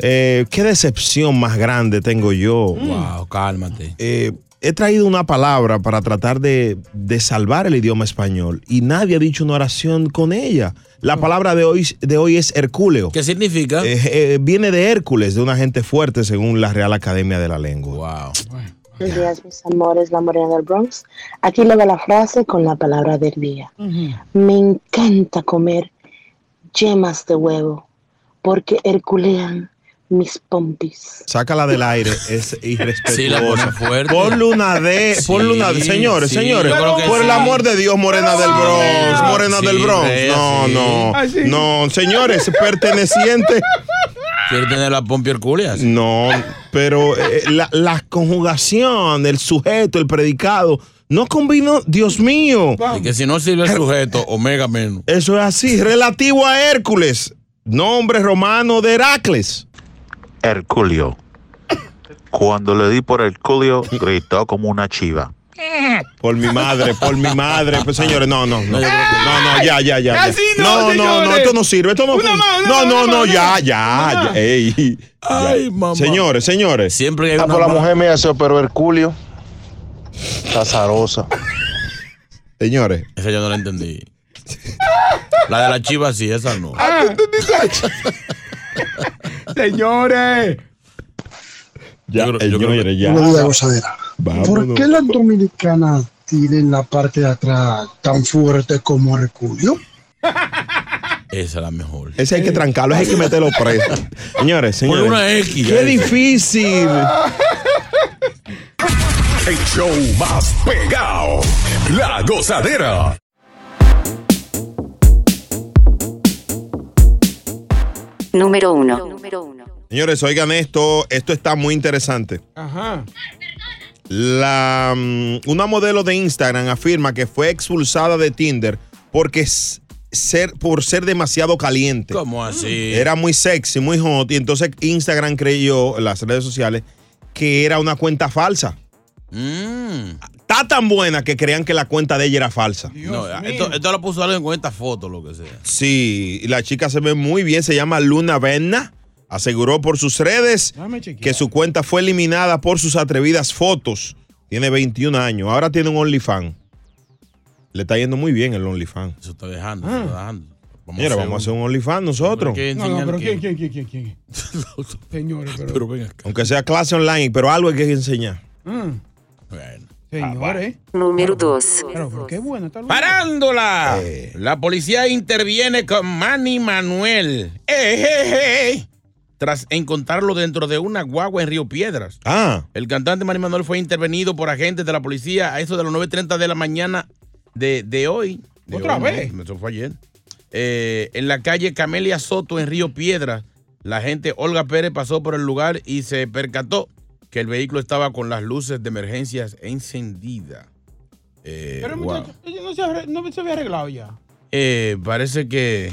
[SPEAKER 1] Eh, ¿Qué decepción más grande tengo yo?
[SPEAKER 4] Wow, cálmate.
[SPEAKER 1] Eh, he traído una palabra para tratar de, de salvar el idioma español y nadie ha dicho una oración con ella. La palabra de hoy, de hoy es hercúleo.
[SPEAKER 4] Mm. ¿Qué significa?
[SPEAKER 1] Eh, eh, viene de Hércules, de una gente fuerte según la Real Academia de la Lengua. Wow.
[SPEAKER 8] Buenos días, mis amores, la morena del Bronx. Aquí le va la frase con la palabra del día. Me encanta comer yemas de huevo porque herculean mis pompis.
[SPEAKER 1] Sácala del aire, es irrespetuosa.
[SPEAKER 4] Sí, la ponen fuerte.
[SPEAKER 1] Ponle una D, ponle una D. Señores,
[SPEAKER 4] sí,
[SPEAKER 1] señores,
[SPEAKER 4] yo creo que
[SPEAKER 1] por el
[SPEAKER 4] sí.
[SPEAKER 1] amor de Dios, Morena del Bronx, Morena
[SPEAKER 4] Sí,
[SPEAKER 1] del Bronx.
[SPEAKER 4] Brea,
[SPEAKER 1] No,
[SPEAKER 4] sí.
[SPEAKER 1] no,
[SPEAKER 4] Ah, sí.
[SPEAKER 1] no, señores, perteneciente.
[SPEAKER 4] ¿Quiere tener la pompa hercúlea?
[SPEAKER 1] No, pero eh, la, la conjugación, el sujeto, el predicado, no combinó, Dios mío.
[SPEAKER 4] Y que si no sirve el sujeto, omega menos.
[SPEAKER 1] Eso es así, relativo a Hércules, nombre romano de Heracles.
[SPEAKER 9] Herculio. Cuando le di por Herculio, gritó como una chiva.
[SPEAKER 1] Por mi madre, por mi madre. Pues señores, no, no, no. No, no, ya, ya, ya. ya.
[SPEAKER 9] Así no,
[SPEAKER 1] no, no, no,
[SPEAKER 9] señores.
[SPEAKER 1] esto no sirve. Esto no
[SPEAKER 9] Una
[SPEAKER 1] fun-
[SPEAKER 9] más, una
[SPEAKER 1] No,
[SPEAKER 9] más,
[SPEAKER 1] no,
[SPEAKER 9] una
[SPEAKER 1] no,
[SPEAKER 9] más,
[SPEAKER 1] ya,
[SPEAKER 9] una
[SPEAKER 1] ya.
[SPEAKER 9] más.
[SPEAKER 1] ya, ey, ya.
[SPEAKER 4] Ay, mamá.
[SPEAKER 1] Señores, señores.
[SPEAKER 4] Siempre hay
[SPEAKER 1] una
[SPEAKER 25] por Ah, la
[SPEAKER 1] ma-
[SPEAKER 25] mujer me hace, pero Herculio está zarosa.
[SPEAKER 1] Señores.
[SPEAKER 4] Esa yo no la entendí. La de la chiva sí, esa no.
[SPEAKER 2] Señores.
[SPEAKER 1] Ya, señores, ya.
[SPEAKER 28] Buenos días, gozadera. ¿Por
[SPEAKER 1] Vámonos.
[SPEAKER 28] qué las dominicanas tienen la parte de atrás tan fuerte como Herculio?
[SPEAKER 4] Esa es la mejor.
[SPEAKER 1] Ese hay que trancarlo, ese hay que meterlo preso. Señores, señores.
[SPEAKER 4] Ponle una X,
[SPEAKER 1] Qué
[SPEAKER 4] ya,
[SPEAKER 1] difícil.
[SPEAKER 10] El show más pegado. La gozadera.
[SPEAKER 28] Número uno.
[SPEAKER 1] Señores, oigan esto. Esto está muy interesante.
[SPEAKER 2] Ajá.
[SPEAKER 1] La, mm, una modelo de Instagram afirma que fue expulsada de Tinder porque s- ser, por ser demasiado caliente.
[SPEAKER 4] ¿Cómo así?
[SPEAKER 1] Era muy sexy, muy hot. Y entonces Instagram creyó, las redes sociales, que era una cuenta falsa.
[SPEAKER 4] Mm.
[SPEAKER 1] Está tan buena que crean que la cuenta de ella era falsa.
[SPEAKER 4] No, esto, esto lo puso alguien con esta foto, lo que sea.
[SPEAKER 1] Sí, y la chica se ve muy bien, se llama Luna Venna. Aseguró por sus redes
[SPEAKER 2] Déjame chequear.
[SPEAKER 1] que su cuenta fue eliminada por sus atrevidas fotos. Tiene 21 años, ahora tiene un OnlyFans. Le está yendo muy bien el OnlyFans.
[SPEAKER 4] Se está dejando, se está dejando. Vamos
[SPEAKER 1] Mira,
[SPEAKER 4] a hacer
[SPEAKER 1] vamos a hacer un OnlyFans nosotros.
[SPEAKER 2] Ah. No, no, pero ¿quién, quién, quién, quién? quién? Señores, pero.
[SPEAKER 1] Aunque sea clase online, pero algo hay que enseñar.
[SPEAKER 2] Mm,
[SPEAKER 4] Bueno.
[SPEAKER 2] señores.
[SPEAKER 28] Número dos.
[SPEAKER 2] Pero, pero qué bueno está Eh.
[SPEAKER 4] Parándola. La policía interviene con Manny Manuel. Ejeje. Tras encontrarlo dentro de una guagua en Río Piedras.
[SPEAKER 1] Ah.
[SPEAKER 4] El cantante Manny Manuel fue intervenido por agentes de la policía a eso de las 9.30 de la mañana de, de hoy. De
[SPEAKER 2] ¿Otra
[SPEAKER 4] hoy,
[SPEAKER 2] vez?
[SPEAKER 4] ¿no? Eso fue ayer. Eh, en la calle Camelia Soto, en Río Piedras, la gente Olga Pérez pasó por el lugar y se percató que el vehículo estaba con las luces de emergencias encendidas. Eh,
[SPEAKER 2] Pero
[SPEAKER 4] guau.
[SPEAKER 2] muchacho, ella no se, arre- no se había arreglado ya.
[SPEAKER 4] Eh, parece que,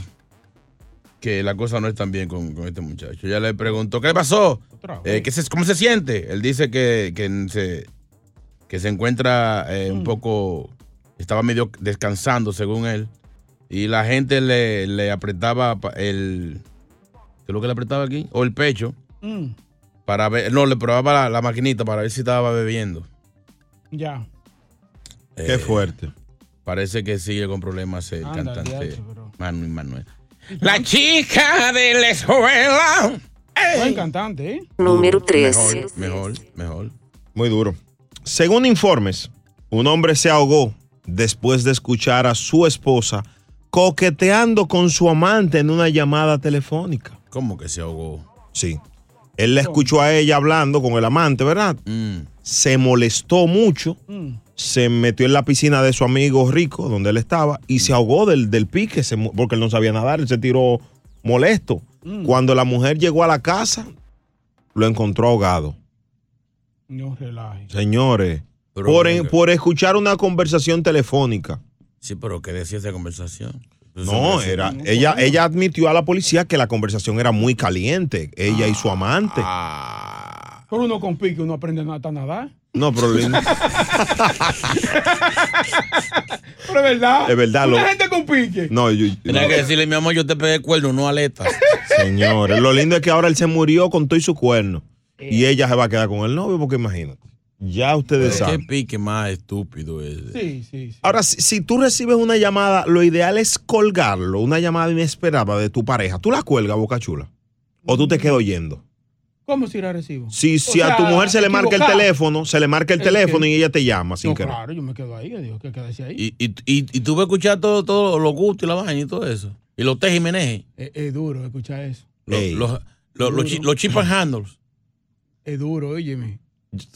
[SPEAKER 4] que la cosa no es tan bien con, con este muchacho. Ya le preguntó, ¿qué le pasó? Eh, ¿qué se- ¿Cómo se siente? Él dice que, que se, que se encuentra eh, un poco, estaba medio descansando según él. Y la gente le, le apretaba pa- el... ¿Qué es lo que le apretaba aquí? O el pecho.
[SPEAKER 2] Mm,
[SPEAKER 4] Para ver, no, le probaba la, la maquinita para ver si estaba bebiendo. Eh,
[SPEAKER 2] ya.
[SPEAKER 1] Qué fuerte.
[SPEAKER 4] Parece que sigue con problemas el
[SPEAKER 2] Ándale,
[SPEAKER 4] cantante
[SPEAKER 2] hacho,
[SPEAKER 4] Manuel Manuel. La chica de la escuela.
[SPEAKER 2] Buen cantante, ¿eh?
[SPEAKER 28] Número
[SPEAKER 1] tres.
[SPEAKER 4] Mejor, mejor.
[SPEAKER 1] Muy duro. Según informes, un hombre se ahogó después de escuchar a su esposa coqueteando con su amante en una llamada telefónica.
[SPEAKER 4] ¿Cómo que se ahogó?
[SPEAKER 1] Sí. Él la escuchó a ella hablando con el amante, ¿verdad?
[SPEAKER 4] Mm.
[SPEAKER 1] Se molestó mucho, se metió en la piscina de su amigo rico, donde él estaba, y se ahogó del, del pique, se mu- porque él no sabía nadar, él se tiró molesto. Cuando la mujer llegó a la casa, lo encontró ahogado.
[SPEAKER 2] No relaje.
[SPEAKER 1] Señores,
[SPEAKER 4] Pero
[SPEAKER 1] por, e-,
[SPEAKER 4] venga.
[SPEAKER 1] por escuchar una conversación telefónica.
[SPEAKER 4] Sí, pero ¿qué decía esa conversación?
[SPEAKER 1] No, era, ella, ella admitió a la policía que la conversación era muy caliente, ella y su amante.
[SPEAKER 4] Ah.
[SPEAKER 2] Pero uno con pique, uno aprende a nada- a nadar.
[SPEAKER 1] No, pero lindo.
[SPEAKER 2] Pero es verdad.
[SPEAKER 1] Es verdad,
[SPEAKER 2] Una
[SPEAKER 1] lo-
[SPEAKER 2] gente con pique.
[SPEAKER 1] No, yo-
[SPEAKER 4] Tenía que decirle, mi amor, yo te pegué cuerno, no aleta.
[SPEAKER 1] señores, lo lindo es que ahora él se murió con todo y su cuerno. Y ella se va a quedar con el novio, porque imagínate. Ya ustedes
[SPEAKER 4] Qué
[SPEAKER 1] saben.
[SPEAKER 4] pique más estúpido es.
[SPEAKER 2] Sí, sí.
[SPEAKER 1] Ahora, si, si tú recibes una llamada, lo ideal es colgarlo, una llamada inesperada de tu pareja. ¿Tú la cuelgas, boca chula? ¿O tú te quedas oyendo?
[SPEAKER 2] ¿Cómo si la recibo?
[SPEAKER 1] Si,
[SPEAKER 2] O
[SPEAKER 1] si a tu
[SPEAKER 2] sea,
[SPEAKER 1] mujer se le marca el
[SPEAKER 2] equivocada.
[SPEAKER 1] teléfono, se le marca el
[SPEAKER 2] Es
[SPEAKER 1] teléfono
[SPEAKER 2] que-
[SPEAKER 1] y ella te llama sin
[SPEAKER 2] No,
[SPEAKER 1] querer.
[SPEAKER 2] claro, yo me quedo ahí. Yo digo, ¿qué quedarse ahí?
[SPEAKER 4] Y, y, y, y tú vas a escuchar todo, todo los gustos y la vaina y todo eso. Y los tejes y menejes.
[SPEAKER 2] Es, es duro escuchar eso.
[SPEAKER 4] Los, los, los, los chi- los chip and handles.
[SPEAKER 2] Es duro, óyeme.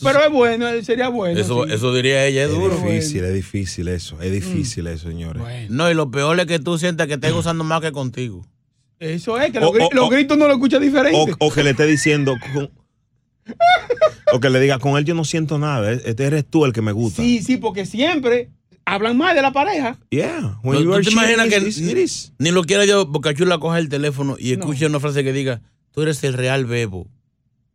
[SPEAKER 2] Pero es bueno, eh, sería bueno.
[SPEAKER 4] Eso,
[SPEAKER 2] sí.
[SPEAKER 4] eso diría ella, es
[SPEAKER 1] Es
[SPEAKER 4] duro.
[SPEAKER 1] difícil, es difícil eso. Es
[SPEAKER 2] Mm.
[SPEAKER 1] difícil eso, señores.
[SPEAKER 4] No, y lo peor es que tú sientas que estás usando más que contigo.
[SPEAKER 2] Eso es, que
[SPEAKER 1] O-
[SPEAKER 2] los, gri-
[SPEAKER 1] o-
[SPEAKER 2] los
[SPEAKER 1] o-
[SPEAKER 2] gritos no lo escucha diferente.
[SPEAKER 1] O, o que le esté diciendo. con- o que le diga, con él yo no siento nada. Este eres tú el que me gusta.
[SPEAKER 2] sí, sí, porque siempre hablan mal de la pareja.
[SPEAKER 1] Yeah.
[SPEAKER 4] No,
[SPEAKER 1] When you
[SPEAKER 4] ¿Tú
[SPEAKER 1] are
[SPEAKER 4] te imaginas
[SPEAKER 1] sharing,
[SPEAKER 4] que
[SPEAKER 1] it's-
[SPEAKER 4] ni,
[SPEAKER 1] it is.
[SPEAKER 4] ni lo quiera yo, Boca Chula coja el teléfono y escuche una frase que diga, tú eres el real bebo.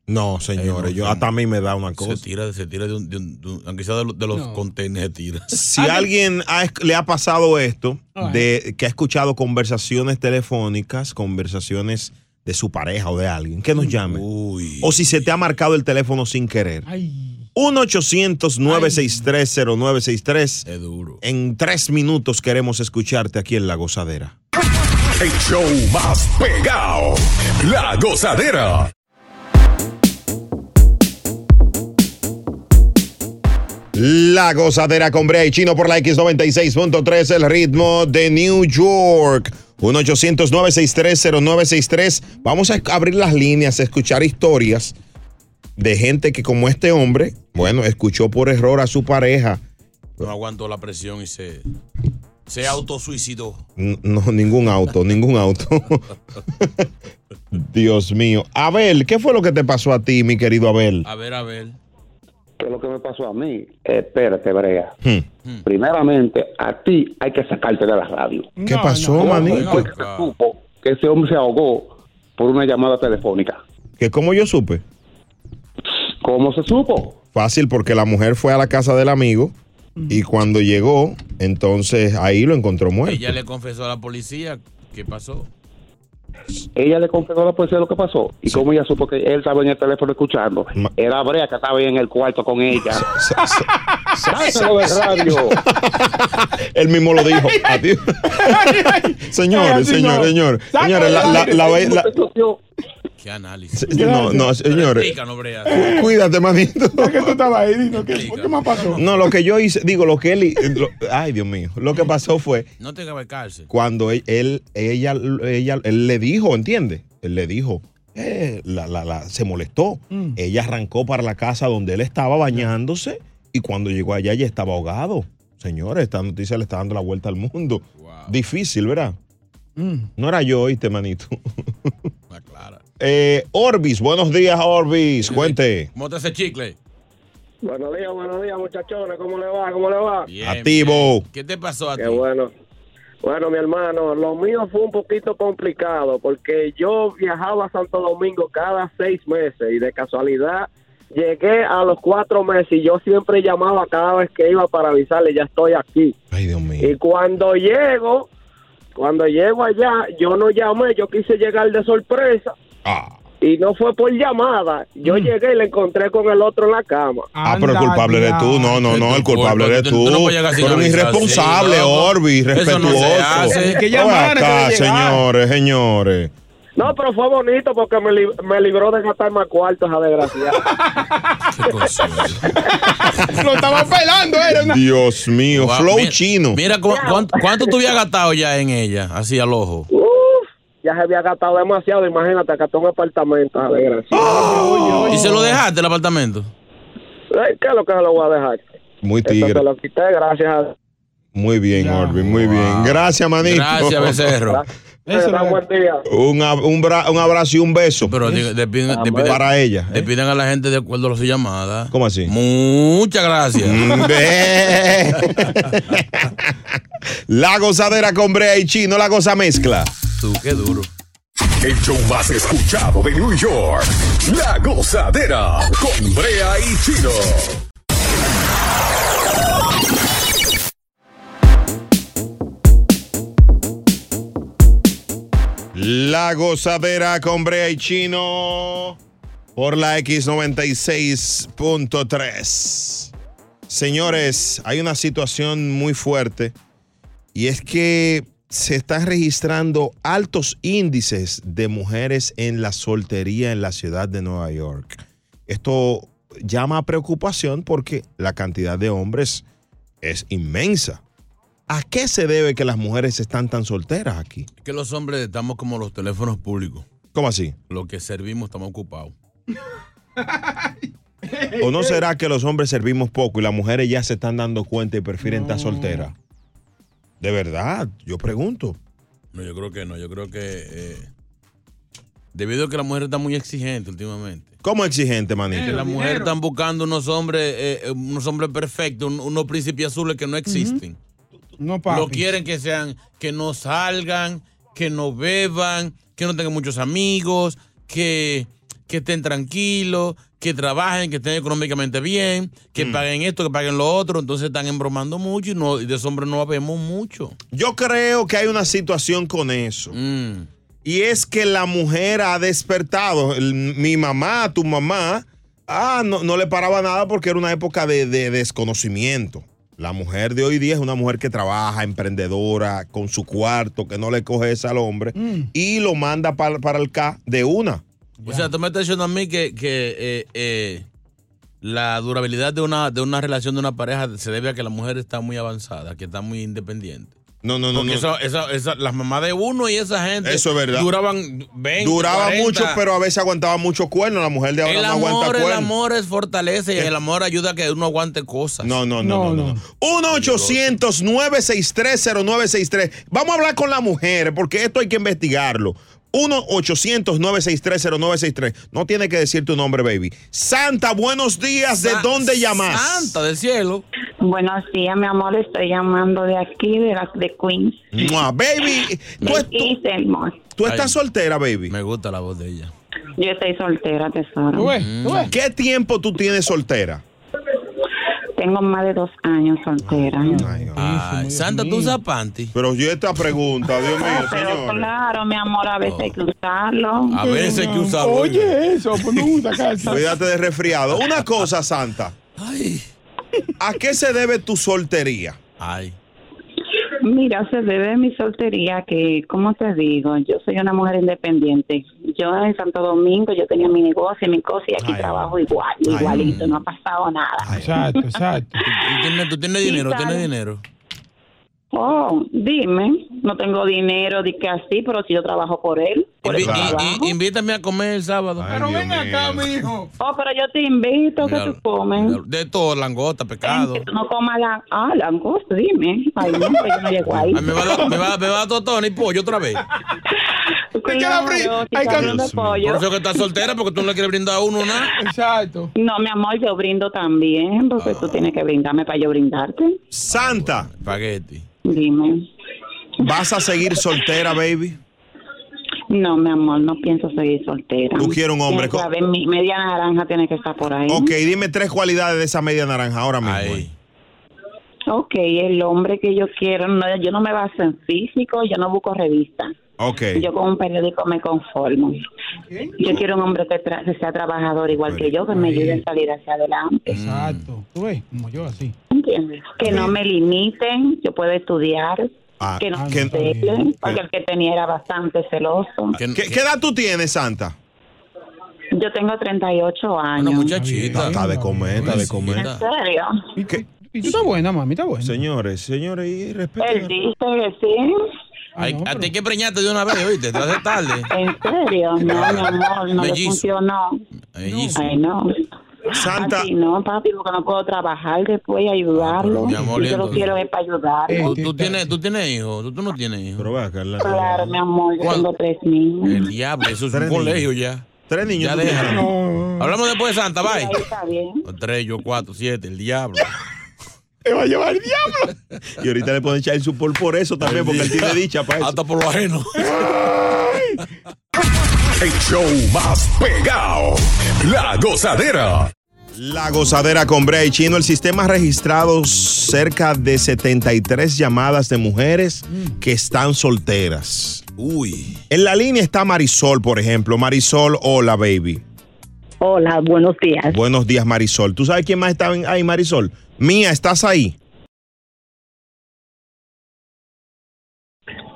[SPEAKER 4] Eh,
[SPEAKER 1] No, señores, yo hasta a mí me da una cosa.
[SPEAKER 4] Se tira, se tira de un, de un- de un- aunque sea de, los- de los contenedores, se tira.
[SPEAKER 1] Si alguien ha esc- le ha pasado esto, de que ha escuchado conversaciones telefónicas, conversaciones de su pareja o de alguien, que nos llame. O si se te ha marcado el teléfono sin querer. 1-800-963-0963. En tres minutos queremos escucharte aquí en La Gozadera.
[SPEAKER 10] El show más pegado. La gozadera.
[SPEAKER 1] La gozadera con Brea y Chino por la X96.3, el ritmo de New York. 1-800-963-0963. Vamos a abrir las líneas, a escuchar historias de gente que, como este hombre, bueno, escuchó por error a su pareja.
[SPEAKER 4] No aguantó la presión y se, se autosuicidó.
[SPEAKER 1] N- No, ningún auto, ningún auto. Dios mío. Abel, ¿qué fue lo que te pasó a ti, mi querido Abel?
[SPEAKER 4] A ver, a ver.
[SPEAKER 16] ¿Qué es lo que me pasó a mí? Espérate, Brea.
[SPEAKER 1] Hmm.
[SPEAKER 4] Hmm.
[SPEAKER 16] Primeramente, a ti hay que sacarte de la radio.
[SPEAKER 1] ¿Qué pasó, maní?
[SPEAKER 16] Después que
[SPEAKER 4] Ah.
[SPEAKER 16] se supo que ese hombre se ahogó por una llamada telefónica.
[SPEAKER 1] ¿Que cómo yo supe?
[SPEAKER 16] ¿Cómo se supo?
[SPEAKER 1] Fácil, porque la mujer fue a la casa del amigo y cuando llegó, entonces ahí lo encontró muerto.
[SPEAKER 4] Ella le confesó a la policía qué pasó.
[SPEAKER 16] Ella le confesó a la policía lo que pasó. ¿Y cómo ella supo que él estaba en el teléfono escuchando? Era Brea que estaba ahí en el cuarto con ella. ¡Sácalo de radio!
[SPEAKER 1] Él mismo lo dijo. Adiós. señores,
[SPEAKER 16] Ay, así no.
[SPEAKER 1] señores, señores.
[SPEAKER 16] Sácalo
[SPEAKER 1] Señores, la, la,
[SPEAKER 16] del
[SPEAKER 1] la-
[SPEAKER 16] aire.
[SPEAKER 1] la-
[SPEAKER 4] Qué análisis.
[SPEAKER 1] se- No, no, señores.
[SPEAKER 4] Explícanos, Brea.
[SPEAKER 1] Cu- Cuídate, manito.
[SPEAKER 2] que tú estabas ahí, dino, ¿qué, ¿qué más pasó?
[SPEAKER 1] No, lo que yo hice, digo, lo que él. lo- ay, Dios mío. Lo que pasó fue
[SPEAKER 4] No te cabe cárcel.
[SPEAKER 1] cuando él, él- ella, ella, él le dijo, ¿entiendes? Él le dijo, eh, la, la- la- se molestó. Ella arrancó para la casa donde él estaba bañándose y cuando llegó allá ya estaba ahogado. Señores, esta noticia le está dando la vuelta al mundo. Difícil, ¿verdad? No era yo, oíste, manito. Eh, Orbis, buenos días, Orbis. Cuente.
[SPEAKER 4] ¿Cómo te hace chicle?
[SPEAKER 7] Buenos días, buenos días, muchachones. ¿Cómo le va? ¿Cómo le va?
[SPEAKER 1] Activo.
[SPEAKER 4] ¿Qué te pasó a ti?
[SPEAKER 7] Qué bueno. Bueno, mi hermano, lo mío fue un poquito complicado porque yo viajaba a Santo Domingo cada seis meses y de casualidad llegué a los cuatro meses y yo siempre llamaba cada vez que iba para avisarle, ya estoy aquí. Y cuando llego, cuando llego allá, yo no llamé, yo quise llegar de sorpresa.
[SPEAKER 1] Ah.
[SPEAKER 7] Y no fue por llamada. Yo llegué y le encontré con el otro en la cama.
[SPEAKER 1] Mm. Ah, pero el culpable eres tú. No, no, no, el culpable eres tú.
[SPEAKER 4] Tú no puedes
[SPEAKER 1] Tú
[SPEAKER 4] llegar sin
[SPEAKER 1] eres un
[SPEAKER 4] avisar,
[SPEAKER 1] irresponsable,
[SPEAKER 4] sí, loco.
[SPEAKER 1] Orbis,
[SPEAKER 4] Eso no se
[SPEAKER 1] respetuoso.
[SPEAKER 4] hace. Hay que
[SPEAKER 1] Ven
[SPEAKER 4] llamar,
[SPEAKER 1] acá,
[SPEAKER 4] hay que llegar.
[SPEAKER 1] señores, señores.
[SPEAKER 7] No, pero fue bonito porque me, li- me libró de gastar más cuartos a desgraciar.
[SPEAKER 2] lo estaba pelando, era una.
[SPEAKER 1] Dios mío,
[SPEAKER 4] Guau,
[SPEAKER 1] flow
[SPEAKER 4] mira-
[SPEAKER 1] chino.
[SPEAKER 4] Mira, cómo- ¿cuánto, cuánto tú habías gastado ya en ella? Así al ojo.
[SPEAKER 7] Uf, ya se había gastado demasiado, imagínate, hasta un apartamento, a desgracia.
[SPEAKER 4] ¿Y se lo dejaste el apartamento?
[SPEAKER 7] Ay, ¿Qué es lo que lo voy a dejar?
[SPEAKER 1] Muy
[SPEAKER 7] Esto
[SPEAKER 1] tigre.
[SPEAKER 7] se lo quité, gracias a...
[SPEAKER 1] Muy bien, Orbis, muy bien. Gracias, manito.
[SPEAKER 7] Gracias, Becerro.
[SPEAKER 1] Eh,
[SPEAKER 7] Tengan buen día.
[SPEAKER 1] Un, ab- un bra- un abrazo y un beso.
[SPEAKER 4] Pero diga- le piden- le piden-
[SPEAKER 1] para ella.
[SPEAKER 4] Le piden a la gente de acuerdo a su llamada.
[SPEAKER 1] ¿Cómo así? Mm,
[SPEAKER 4] Muchas gracias.
[SPEAKER 1] La gozadera con Brea y Chino, la goza mezcla.
[SPEAKER 4] Tú, qué duro.
[SPEAKER 10] El show más escuchado de New York. La gozadera con Brea y Chino.
[SPEAKER 1] La gozadera con Brea y Chino por la X96.3. Señores, hay una situación muy fuerte y es que se están registrando altos índices de mujeres en la soltería en la ciudad de Nueva York. Esto llama a preocupación porque la cantidad de hombres es inmensa. ¿A qué se debe que las mujeres están tan solteras aquí?
[SPEAKER 4] Que los hombres estamos como los teléfonos públicos.
[SPEAKER 1] ¿Cómo así?
[SPEAKER 4] Lo que servimos estamos ocupados.
[SPEAKER 1] ¿O no será que los hombres servimos poco y las mujeres ya se están dando cuenta y prefieren estar solteras? De verdad, yo pregunto.
[SPEAKER 4] No, yo creo que no. Yo creo que eh, debido a que la mujer está muy exigente últimamente.
[SPEAKER 1] ¿Cómo exigente,
[SPEAKER 4] Que
[SPEAKER 1] manito?
[SPEAKER 4] las mujeres están buscando unos hombres, eh, eh, unos hombres perfectos, un- unos príncipes azules que no existen.
[SPEAKER 2] No,
[SPEAKER 4] Lo quieren que sean, que no salgan, que no beban, que no tengan muchos amigos, que, que estén tranquilos, que trabajen, que estén económicamente bien, que paguen esto, que paguen lo otro. Entonces están embromando mucho y, no, y de esos hombres no vemos mucho.
[SPEAKER 1] Yo creo que hay una situación con eso. Y es que la mujer ha despertado. El- mi mamá, tu mamá, ah, no, no le paraba nada porque era una época de, de desconocimiento. La mujer de hoy día es una mujer que trabaja, emprendedora, con su cuarto, que no le coge esa al hombre y lo manda para, para el K de una.
[SPEAKER 4] O sea, tú me estás diciendo a mí que, que, eh, eh, la durabilidad de una, de una relación de una pareja se debe a que la mujer está muy avanzada, que está muy independiente.
[SPEAKER 1] No, no, no.
[SPEAKER 4] Porque
[SPEAKER 1] no.
[SPEAKER 4] esa- esa- esa- las mamás de uno y esa gente
[SPEAKER 1] Eso es verdad.
[SPEAKER 4] duraban 20,
[SPEAKER 1] Duraba
[SPEAKER 4] 40.
[SPEAKER 1] mucho, pero a veces aguantaba muchos cuernos. La mujer de ahora
[SPEAKER 4] el
[SPEAKER 1] no aguanta
[SPEAKER 4] amor, el
[SPEAKER 1] cuernos.
[SPEAKER 4] amor es fortaleza y el amor ayuda a que uno aguante cosas.
[SPEAKER 1] No, no, no, no, no. 1-800-963-0963. Vamos a hablar con la mujer, porque esto hay que investigarlo. 1-800-963-0963. No tiene que decir tu nombre, baby. Santa, buenos días. ¿De dónde llamas?
[SPEAKER 4] Santa del cielo.
[SPEAKER 17] Buenos días, mi amor. Estoy llamando de aquí, de, la, de Queens.
[SPEAKER 1] Mua, baby,
[SPEAKER 17] De Queens, Elmore.
[SPEAKER 1] ¿Tú estás soltera, baby?
[SPEAKER 4] Me gusta la voz de ella.
[SPEAKER 17] Yo estoy soltera, tesoro.
[SPEAKER 1] ¿Qué tiempo tú tienes soltera?
[SPEAKER 17] Tengo más de dos años soltera.
[SPEAKER 4] Ay, Santa, tú usas panty.
[SPEAKER 1] Pero yo esta pregunta, Dios mío,
[SPEAKER 17] Pero
[SPEAKER 1] señor.
[SPEAKER 17] claro, mi amor, a veces hay que usarlo.
[SPEAKER 1] A veces hay que usarlo.
[SPEAKER 2] Oye, eso, pues no gusta calza.
[SPEAKER 1] Cuídate de resfriado. Una cosa, Santa. ¿A qué se debe tu soltería?
[SPEAKER 4] Ay.
[SPEAKER 17] Mira, se debe a mi soltería que, como te digo, yo soy una mujer independiente. Yo en Santo Domingo, yo tenía mi negocio, y mi cosa, y aquí trabajo igual, igualito, no ha pasado nada.
[SPEAKER 4] Exacto, exacto. ¿Tú tienes, tú tienes
[SPEAKER 17] Sí,
[SPEAKER 4] dinero?
[SPEAKER 17] Santa.
[SPEAKER 4] ¿Tienes dinero?
[SPEAKER 17] Oh, dime, no tengo dinero, di que así, pero si yo trabajo por él. Por eso
[SPEAKER 4] Invi-
[SPEAKER 17] trabajo.
[SPEAKER 4] y- y- invítame a comer el sábado.
[SPEAKER 17] Pero Dios ven
[SPEAKER 4] acá,
[SPEAKER 17] mijo. Oh, pero yo te invito que
[SPEAKER 4] Mira,
[SPEAKER 17] tú comes.
[SPEAKER 4] De todo, langosta, pescado.
[SPEAKER 17] Que tú no comas la... Ah, langosta, dime. Ay, no, pues yo no llego ahí.
[SPEAKER 4] Ay, me va a dar- me va, me va a dar totón y pollo otra vez.
[SPEAKER 17] Claro, si está hablando de pollo.
[SPEAKER 4] Por eso que estás soltera, porque tú no le quieres brindar a uno nada.
[SPEAKER 17] Exacto. No, mi amor, yo brindo también, porque
[SPEAKER 1] Ah.
[SPEAKER 17] tú tienes que brindarme para yo brindarte.
[SPEAKER 1] Santa.
[SPEAKER 4] Ah, Espagueti.
[SPEAKER 17] Dime.
[SPEAKER 1] ¿Vas a seguir soltera, baby?
[SPEAKER 17] No, mi amor, no pienso seguir soltera.
[SPEAKER 1] Tú quieres un hombre
[SPEAKER 17] Pienso,
[SPEAKER 1] con-
[SPEAKER 17] a ver, mi media naranja tiene que estar por ahí.
[SPEAKER 1] Ok, dime tres cualidades de esa media naranja ahora mismo. eh.
[SPEAKER 17] Ok, el hombre que yo quiero, no, yo no me baso en físico, yo no busco revistas.
[SPEAKER 1] Ok.
[SPEAKER 17] Yo con un periódico me conformo. Yo quiero un hombre que, tra- que sea trabajador igual que yo, que me ayude a salir hacia adelante.
[SPEAKER 2] Exacto. Tú ves, como yo así.
[SPEAKER 17] ¿Entiendes? Que no me limiten, yo puedo estudiar.
[SPEAKER 1] Ah,
[SPEAKER 17] que no
[SPEAKER 1] ah,
[SPEAKER 17] me
[SPEAKER 1] que-
[SPEAKER 17] celen, porque el que tenía era bastante celoso.
[SPEAKER 1] ¿Qué, qué edad tú tienes, Santa?
[SPEAKER 17] Yo tengo 38 años.
[SPEAKER 1] Está, está de comer, está de comer.
[SPEAKER 17] ¿En
[SPEAKER 4] Ah.
[SPEAKER 17] serio?
[SPEAKER 2] Y tú estás buena, mami, está buena.
[SPEAKER 1] Señores, señores, y respeto.
[SPEAKER 17] Él dice que sí.
[SPEAKER 2] Ah,
[SPEAKER 4] Ay, a ti hay que preñarte de una vez, oíste, te hace tarde.
[SPEAKER 17] ¿En serio? No, mi amor, no le
[SPEAKER 4] Mellizo.
[SPEAKER 17] funcionó.
[SPEAKER 4] Mellizo.
[SPEAKER 17] Ay, no.
[SPEAKER 1] Santa.
[SPEAKER 17] Así no, papi, porque no puedo trabajar después y ayudarlo.
[SPEAKER 4] Ah, mi amor,
[SPEAKER 17] Y yo lo
[SPEAKER 4] entonces.
[SPEAKER 17] quiero es para ayudarlo.
[SPEAKER 4] Tú, tú tienes, tú tienes hijos, tú, tú no tienes hijos. Pero
[SPEAKER 1] va,
[SPEAKER 17] Claro, mi amor, yo tengo tres niños.
[SPEAKER 4] El diablo, eso es un
[SPEAKER 17] Tres
[SPEAKER 4] colegio ya.
[SPEAKER 1] Tres niños.
[SPEAKER 4] Ya
[SPEAKER 1] tú
[SPEAKER 4] déjalo.
[SPEAKER 1] tienes.
[SPEAKER 4] Hablamos después de Santa, bye.
[SPEAKER 17] Ahí está bien.
[SPEAKER 4] Tres, yo cuatro, siete, el diablo.
[SPEAKER 1] Te va a llevar el diablo. Y ahorita le pueden echar el supor por eso también, porque él tiene dicha para eso.
[SPEAKER 4] Hasta por lo ajeno.
[SPEAKER 10] El show más pegado. La gozadera.
[SPEAKER 1] La gozadera con Brea y Chino. El sistema ha registrado cerca de 73 llamadas de mujeres que están solteras. Uy. En la línea está Marisol, por ejemplo. Marisol, hola, baby.
[SPEAKER 23] Hola, buenos días.
[SPEAKER 1] Buenos días, Marisol. ¿Tú sabes quién más está en- ahí, Marisol? Mía, ¿estás ahí?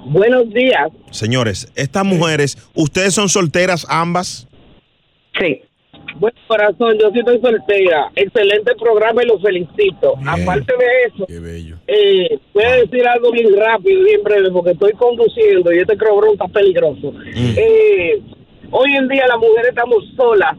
[SPEAKER 23] Buenos días.
[SPEAKER 1] Señores, estas mujeres, ¿ustedes son solteras ambas?
[SPEAKER 23] Sí.
[SPEAKER 7] Buen corazón, yo sí estoy soltera. Excelente programa y lo felicito. Aparte de eso, eh, voy
[SPEAKER 2] Ah.
[SPEAKER 7] a decir algo bien rápido, bien breve, porque estoy conduciendo y este cabrón está peligroso.
[SPEAKER 2] Mm.
[SPEAKER 7] Eh, hoy en día las mujeres estamos solas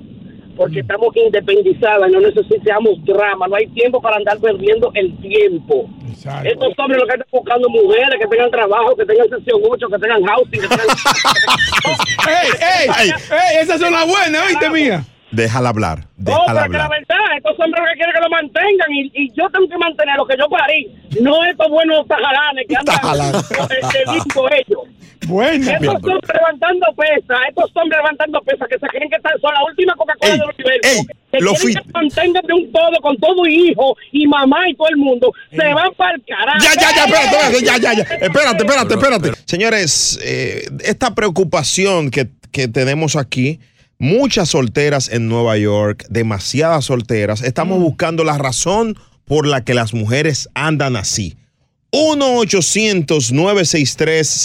[SPEAKER 7] porque
[SPEAKER 2] Mm.
[SPEAKER 7] estamos independizadas, no necesitamos drama, no hay tiempo para andar perdiendo el tiempo. Estos hombres lo que están buscando mujeres que tengan trabajo, que tengan sesión 8, que tengan housing, que tengan...
[SPEAKER 2] ¡Ey, ey! ¡Ey! Esas son las buenas, oíste, mía.
[SPEAKER 1] Déjala hablar,
[SPEAKER 7] No,
[SPEAKER 1] déjala
[SPEAKER 7] porque la
[SPEAKER 1] hablar.
[SPEAKER 7] verdad, estos hombres lo que quieren que lo mantengan y, y yo tengo que mantener lo que yo parí. No estos buenos tajalanes que andan
[SPEAKER 1] Tajalanes.
[SPEAKER 7] por el el disco ellos.
[SPEAKER 2] Bueno.
[SPEAKER 7] Estos hombres levantando pesas, estos hombres levantando pesas que se creen que están- son la última Coca-Cola del universo. que
[SPEAKER 1] lo
[SPEAKER 7] quieren que mantengan de un todo con todo y hijo y mamá y todo el mundo. Se van para el carajo.
[SPEAKER 1] Ya, ya, ya, espérate, espérate, ya, ya, ya. Espérate, espérate, espérate. Señores, eh, esta preocupación que, que tenemos aquí, muchas solteras en Nueva York, demasiadas solteras,
[SPEAKER 4] Mm.
[SPEAKER 1] estamos buscando la razón por la que las mujeres andan así.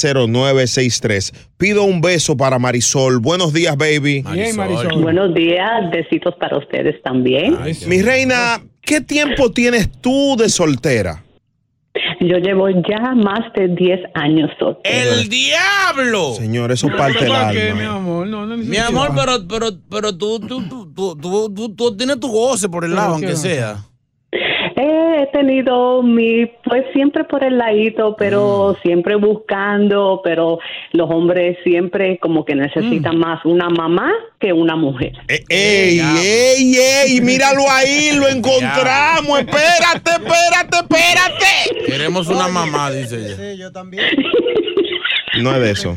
[SPEAKER 1] 1-800-963-0963. Pido un beso para Marisol. Buenos días, baby.
[SPEAKER 23] Buenos días, besitos para ustedes también.
[SPEAKER 1] Mi reina, ¿qué tiempo tienes tú de soltera?
[SPEAKER 23] Yo llevo ya más de 10 años soltera.
[SPEAKER 4] ¡El diablo!
[SPEAKER 1] Señor, eso parte el
[SPEAKER 4] ¿Para
[SPEAKER 1] alma.
[SPEAKER 4] qué,
[SPEAKER 1] eh.
[SPEAKER 4] Mi amor, pero, pero, pero tú, tú, tú, tú, tú, tú- tú tienes tu goce por el lado, aunque sea.
[SPEAKER 23] He tenido mi, pues siempre por el ladito,
[SPEAKER 1] Mm.
[SPEAKER 23] pero siempre buscando, pero los hombres siempre como que necesitan más una mamá que una mujer.
[SPEAKER 1] Mm. Eh, ¡Ey, ey, ey! Míralo ahí, lo encontramos. Espérate, espérate, espérate.
[SPEAKER 4] Queremos una mamá, dice ella.
[SPEAKER 1] No es de eso.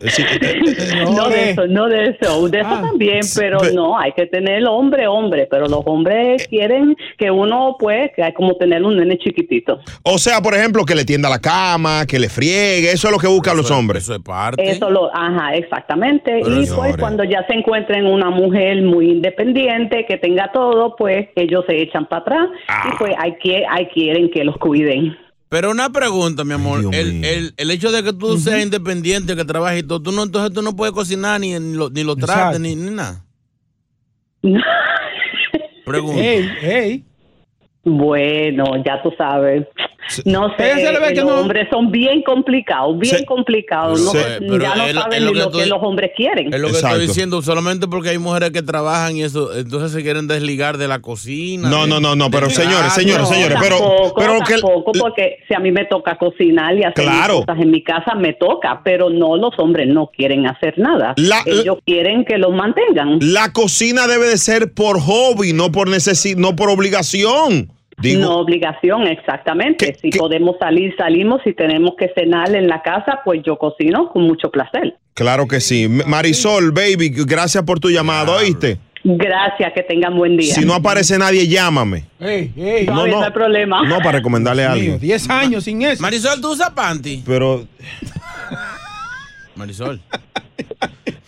[SPEAKER 1] Sí, eh, eh, eh,
[SPEAKER 23] No de eso, no de eso, de eso también, pero no, hay que tener hombre, hombre, pero los hombres quieren que uno, pues, que hay como tener un nene chiquitito.
[SPEAKER 1] O sea, por ejemplo, que le tienda la cama, que le friegue. Eso es lo que buscan los hombres.
[SPEAKER 4] Eso es parte.
[SPEAKER 23] Eso lo, ajá, exactamente.
[SPEAKER 1] Pero
[SPEAKER 23] y
[SPEAKER 1] señores.
[SPEAKER 23] pues cuando ya se encuentren una mujer muy independiente, que tenga todo, pues ellos se echan para atrás y pues hay que, hay quieren que los cuiden.
[SPEAKER 4] Pero una pregunta, mi amor. el, el, el hecho de que tú seas independiente, que trabajes y todo, tú no, entonces tú no puedes cocinar ni, ni lo, ni lo trates, ni, ni nada. Pregunta.
[SPEAKER 23] Bueno, ya tú sabes. No sé,
[SPEAKER 4] Ella se le ve que
[SPEAKER 23] los
[SPEAKER 4] no-
[SPEAKER 23] hombres son bien complicados, bien
[SPEAKER 4] Se-
[SPEAKER 23] complicados. No,
[SPEAKER 4] Pero- pero
[SPEAKER 23] ya no
[SPEAKER 4] es lo- es
[SPEAKER 23] saben
[SPEAKER 4] lo
[SPEAKER 23] ni
[SPEAKER 4] que
[SPEAKER 23] lo
[SPEAKER 4] estoy-
[SPEAKER 23] que los hombres quieren.
[SPEAKER 4] Es lo que estoy diciendo, solamente porque hay mujeres que trabajan y eso, entonces se quieren desligar de la cocina.
[SPEAKER 1] No,
[SPEAKER 4] de-
[SPEAKER 1] no, no, no,
[SPEAKER 4] de-
[SPEAKER 1] pero
[SPEAKER 4] de-
[SPEAKER 1] señores,
[SPEAKER 4] Ah,
[SPEAKER 1] señores,
[SPEAKER 4] no.
[SPEAKER 1] señores, pero,
[SPEAKER 23] Tampoco,
[SPEAKER 1] pero que
[SPEAKER 23] tampoco, porque si a mí me toca cocinar y hacer mis
[SPEAKER 1] Claro.
[SPEAKER 23] cosas en mi casa, me toca, pero no, los hombres no quieren hacer nada.
[SPEAKER 1] La-
[SPEAKER 23] Ellos quieren que los mantengan.
[SPEAKER 1] la cocina debe de ser por hobby, no por necesi no por obligación. Digo,
[SPEAKER 23] no obligación, exactamente. si podemos salir, salimos. Si tenemos que cenar en la casa, pues yo cocino con mucho placer.
[SPEAKER 1] claro que sí. M- Marisol, baby, gracias por tu llamada, ¿oíste?
[SPEAKER 23] Gracias, que tengan buen día.
[SPEAKER 1] Si no aparece nadie, llámame.
[SPEAKER 23] No,
[SPEAKER 1] No, no.
[SPEAKER 23] no hay problema.
[SPEAKER 1] No, para recomendarle algo.
[SPEAKER 4] 10 años sin eso. Marisol, tú usas panty.
[SPEAKER 1] Pero
[SPEAKER 4] Marisol.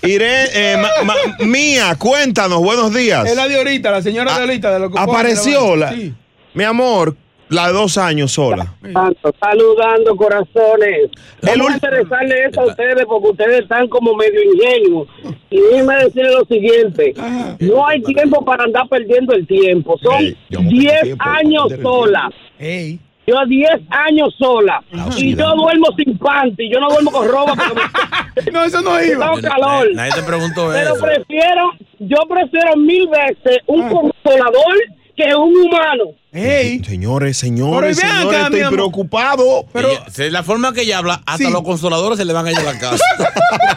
[SPEAKER 1] Iré, eh, ma- ma- mía, cuéntanos, buenos días.
[SPEAKER 2] Es la de ahorita, la señora de ahorita. De los cocotes,
[SPEAKER 1] Ah, Apareció la,
[SPEAKER 2] Sí.
[SPEAKER 1] mi amor, la de dos años sola.
[SPEAKER 7] Santo, saludando corazones. Vamos a interesarle eso a ustedes porque ustedes están como medio ingenuos. Y déjenme decirles lo siguiente:
[SPEAKER 2] Ah,
[SPEAKER 7] no hay tiempo para andar perdiendo el tiempo. Son 10 años sola. Yo 10 años sola.
[SPEAKER 1] Ah,
[SPEAKER 7] Y yo duermo sin panty. Yo no duermo con ropa. porque me-
[SPEAKER 2] No, eso no iba.
[SPEAKER 7] Tengo calor.
[SPEAKER 4] Nadie- nadie te preguntó
[SPEAKER 7] Pero
[SPEAKER 4] eso. Ah.
[SPEAKER 7] prefiero, yo prefiero mil veces un consolador que un humano.
[SPEAKER 1] Señores,
[SPEAKER 4] Pero
[SPEAKER 1] señores,
[SPEAKER 4] ven acá,
[SPEAKER 1] señores,
[SPEAKER 4] mi
[SPEAKER 1] estoy
[SPEAKER 4] amor.
[SPEAKER 1] preocupado.
[SPEAKER 4] Ella- se- la forma que ella habla, hasta los consoladores se le van a ir a la casa.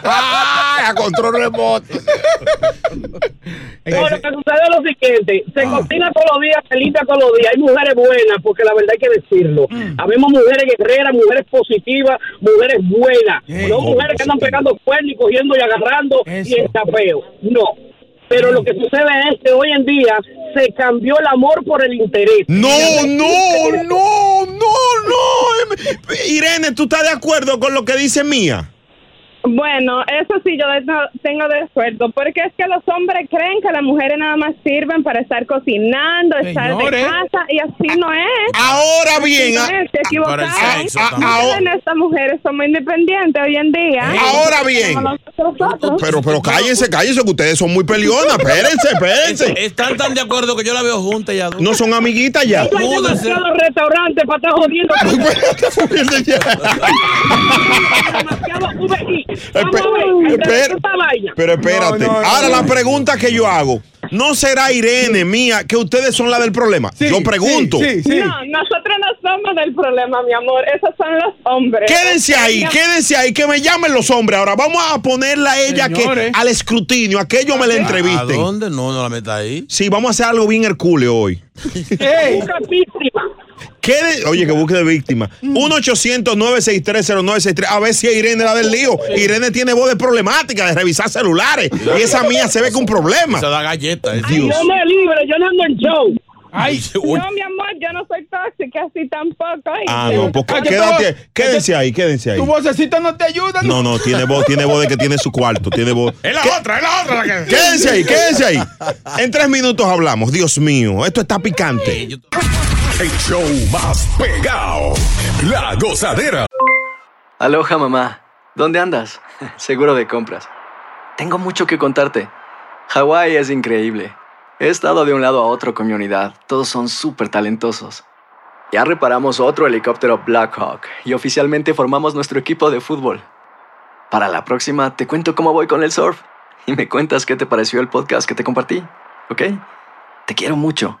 [SPEAKER 1] ¡Ay, a control remoto!
[SPEAKER 7] Bueno, que sucede es lo siguiente,
[SPEAKER 1] Ah.
[SPEAKER 7] se cocina todos los días, se limpia todos los días, hay mujeres buenas, porque la verdad hay que decirlo,
[SPEAKER 1] Mm.
[SPEAKER 7] habemos mujeres guerreras, mujeres positivas, mujeres buenas, no mujeres que andan pegando cuernos y cogiendo y agarrando y el tapeo, no. Pero lo que sucede es que hoy en día
[SPEAKER 11] se cambió el amor por el interés.
[SPEAKER 1] No, no, no, no, no. Em- Irene, ¿tú estás de acuerdo con lo que dice Mía?
[SPEAKER 18] Bueno, eso sí yo de- tengo de acuerdo, porque es que los hombres creen que las mujeres nada más sirven para estar cocinando, estar de
[SPEAKER 1] Señores.
[SPEAKER 18] casa, y así no es.
[SPEAKER 1] Ahora
[SPEAKER 18] Así
[SPEAKER 1] bien,
[SPEAKER 18] no
[SPEAKER 1] a-
[SPEAKER 18] es, se
[SPEAKER 1] a-
[SPEAKER 18] equivocaron.
[SPEAKER 1] para el sexo
[SPEAKER 18] Miren,
[SPEAKER 1] también.
[SPEAKER 18] estas mujeres son muy independientes hoy en día.
[SPEAKER 1] Ahora bien.
[SPEAKER 18] Como nosotros.
[SPEAKER 1] Pero, pero
[SPEAKER 4] pues,
[SPEAKER 1] cállense, cállense, que ustedes son muy peleonas. Espérense, espérense.
[SPEAKER 4] Están tan de acuerdo que yo la veo junta ya. dos.
[SPEAKER 1] No son amiguitas ya.
[SPEAKER 4] Hay demasiados
[SPEAKER 11] restaurantes para estar jodiendo.
[SPEAKER 1] Espera- pero espérate. Ahora la pregunta que yo hago. ¿No será Irene, mía, que ustedes son la del problema? yo pregunto.
[SPEAKER 18] No, nosotros no somos del problema, mi amor. Esos son los hombres.
[SPEAKER 1] Quédense ahí, quédense ahí, que me llamen los hombres. Ahora vamos a ponerla a ella que,
[SPEAKER 4] Señores.
[SPEAKER 1] al escrutinio, a que ellos me la
[SPEAKER 4] ¿A
[SPEAKER 1] entrevisten.
[SPEAKER 4] dónde? No, no la meta ahí.
[SPEAKER 1] Sí, vamos a hacer algo bien hercúleo hoy.
[SPEAKER 11] Busca víctima.
[SPEAKER 1] Quede- oye, que busque de víctima. 1-800-963-0963. A ver si Irene la del lío. Irene tiene voz de problemática, de revisar celulares. Y esa mía se ve con un problema.
[SPEAKER 4] Se da galleta. eh.
[SPEAKER 11] Yo me libre, yo no ando en show.
[SPEAKER 4] Ay, uy.
[SPEAKER 18] No, mi amor, yo no soy tóxica así tampoco. ¿oíste?
[SPEAKER 1] Ah, no, porque
[SPEAKER 18] Ay, yo
[SPEAKER 1] quédate, quédense ahí, quédense ahí.
[SPEAKER 18] Tu
[SPEAKER 2] vocecita no te ayuda.
[SPEAKER 1] No, no, tiene voz, tiene voz de que tiene su cuarto, tiene voz.
[SPEAKER 2] Es la otra, es la otra la que.
[SPEAKER 1] Quédense ahí, quédense ahí. En tres minutos hablamos. Dios mío, esto está picante.
[SPEAKER 10] El show más pegado.
[SPEAKER 13] La gozadera. Aloha, mamá. ¿Dónde andas? Seguro de compras. Tengo mucho que contarte. Hawái es increíble. He estado de un lado a otro con mi unidad. Todos son súper talentosos. Ya reparamos otro helicóptero Blackhawk y oficialmente formamos nuestro equipo de fútbol. Para la próxima te cuento cómo voy con el surf y me cuentas qué te pareció el podcast que te compartí, ¿ok? Te quiero mucho.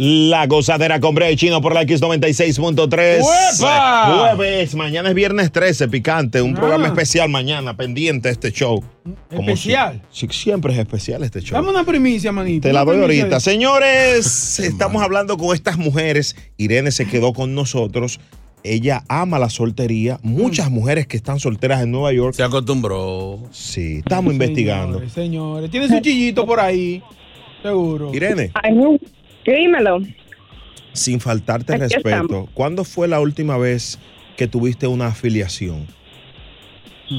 [SPEAKER 1] La gozadera con Brea y Chino por la X96.3.
[SPEAKER 2] ¡Uepa!
[SPEAKER 1] Jueves, mañana es viernes 13, picante.
[SPEAKER 2] Ah.
[SPEAKER 1] Un programa especial mañana, pendiente a este show. Como
[SPEAKER 2] Especial.
[SPEAKER 1] si- si- siempre es especial este show.
[SPEAKER 2] Dame una primicia, manito.
[SPEAKER 1] Te la
[SPEAKER 2] Una
[SPEAKER 1] doy
[SPEAKER 2] primicia.
[SPEAKER 1] ahorita. Señores, estamos hablando con estas mujeres. Irene se quedó con nosotros. Ella ama la soltería.
[SPEAKER 2] Mm.
[SPEAKER 1] Muchas mujeres que están solteras en Nueva York. Se
[SPEAKER 4] acostumbró.
[SPEAKER 1] Sí, estamos investigando.
[SPEAKER 2] Señores, señores. Tiene su chillito por ahí. Seguro.
[SPEAKER 1] Irene.
[SPEAKER 18] Dímelo.
[SPEAKER 1] Sin faltarte
[SPEAKER 18] Aquí
[SPEAKER 1] respeto,
[SPEAKER 18] estamos.
[SPEAKER 1] ¿cuándo fue la última vez que tuviste una afiliación?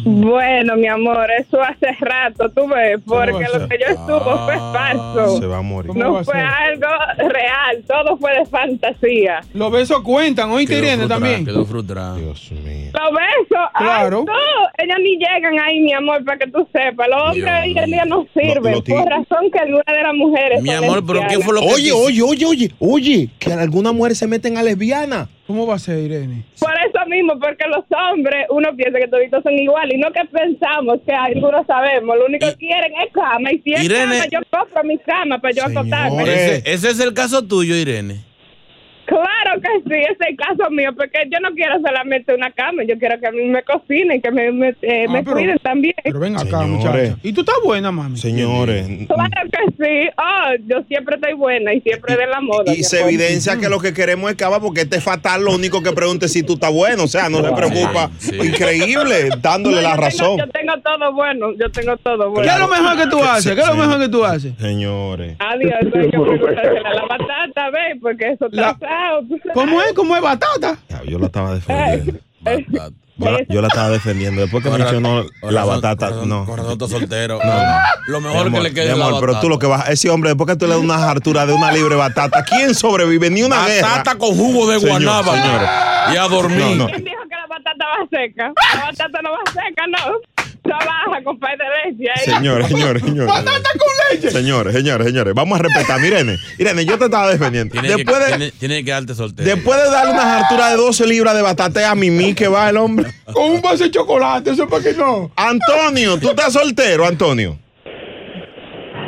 [SPEAKER 18] Bueno, mi amor, eso hace rato, tú ves, porque
[SPEAKER 1] va a
[SPEAKER 18] lo que yo estuvo fue
[SPEAKER 2] Ah,
[SPEAKER 18] falso.
[SPEAKER 1] Se va a morir.
[SPEAKER 18] No fue algo real, todo fue de fantasía.
[SPEAKER 2] Los besos cuentan, oíste
[SPEAKER 4] Quedó
[SPEAKER 2] Irene
[SPEAKER 4] frustrada,
[SPEAKER 2] también.
[SPEAKER 4] Quedó frustrada.
[SPEAKER 18] Los besos,
[SPEAKER 2] Claro.
[SPEAKER 18] ay, no, ellos ni llegan ahí, mi amor, para que tú sepas. Los hombres hoy en día no sirven,
[SPEAKER 1] lo ti-
[SPEAKER 18] por razón que alguna de las mujeres. son lesbianas.
[SPEAKER 1] Oye, oye, oye, oye, oye, que algunas mujeres se meten a lesbiana.
[SPEAKER 2] ¿Cómo va a ser, Irene?
[SPEAKER 18] Por eso mismo, porque los hombres, uno piensa que toditos son iguales, y no que pensamos que algunos sabemos, lo único que quieren es cama, y si es
[SPEAKER 4] Irene-
[SPEAKER 18] cama, yo compro mi cama para yo acostarme.
[SPEAKER 4] Ese, ese es el caso tuyo, Irene.
[SPEAKER 18] Claro que sí, ese es el caso mío, porque yo no quiero solamente una cama, yo quiero que a mí me cocinen, que me, me, eh, me cuiden también.
[SPEAKER 2] Ah, Pero ven acá, muchacha. ¿Y tú estás buena, mami?
[SPEAKER 1] Señores.
[SPEAKER 18] Claro que sí, oh, yo siempre estoy buena y siempre de la moda. mi
[SPEAKER 1] Y se
[SPEAKER 18] amor.
[SPEAKER 1] evidencia que lo que queremos es cava porque este fatal lo único que pregunte es si tú estás bueno. O sea, no se preocupa. Increíble, dándole
[SPEAKER 18] No,
[SPEAKER 1] la
[SPEAKER 18] yo tengo-
[SPEAKER 1] razón.
[SPEAKER 18] yo tengo todo bueno, yo tengo todo
[SPEAKER 2] ¿Qué
[SPEAKER 18] bueno.
[SPEAKER 2] es lo mejor que tú haces? ¿Qué es lo mejor que tú haces?
[SPEAKER 1] Señores.
[SPEAKER 18] Adiós, hay que preguntársela a la batata, ve, porque eso está asado. tú sabes.
[SPEAKER 2] ¿Cómo es? ¿Cómo es batata?
[SPEAKER 1] Yo la estaba defendiendo.
[SPEAKER 18] Eh,
[SPEAKER 1] Yo la, yo la estaba defendiendo. Después que mencionó la batata, no.
[SPEAKER 4] Corredor soltero. Lo
[SPEAKER 1] Mi
[SPEAKER 4] mejor
[SPEAKER 1] amor,
[SPEAKER 4] que le quede
[SPEAKER 1] mi
[SPEAKER 4] es la
[SPEAKER 1] amor, pero
[SPEAKER 4] batata.
[SPEAKER 1] tú lo que vas, ese hombre, después que tú le das una hartura de una libre batata, ¿quién sobrevive? Ni una
[SPEAKER 4] Batata
[SPEAKER 1] guerra.
[SPEAKER 4] con jugo de
[SPEAKER 1] Señor,
[SPEAKER 4] guanábana.
[SPEAKER 1] señores.
[SPEAKER 4] Y a dormir.
[SPEAKER 1] No, no.
[SPEAKER 18] ¿Quién dijo que la batata va seca? La batata no va seca, no. Trabaja, compadre leche. ¿eh? ahí.
[SPEAKER 1] Señores, señores, señores.
[SPEAKER 18] Batata con leche.
[SPEAKER 1] Señores, señores, señores. Vamos a respetar. Irene, Irene, yo te estaba defendiendo.
[SPEAKER 4] Tiene,
[SPEAKER 1] Después
[SPEAKER 4] que,
[SPEAKER 1] de,
[SPEAKER 4] tiene- tiene que quedarte soltero.
[SPEAKER 1] después de darle una hartura de 12 libras de batata a Mimi que va el hombre.
[SPEAKER 2] Con un vaso de chocolate, eso para que no.
[SPEAKER 1] Antonio, tú estás soltero, Antonio.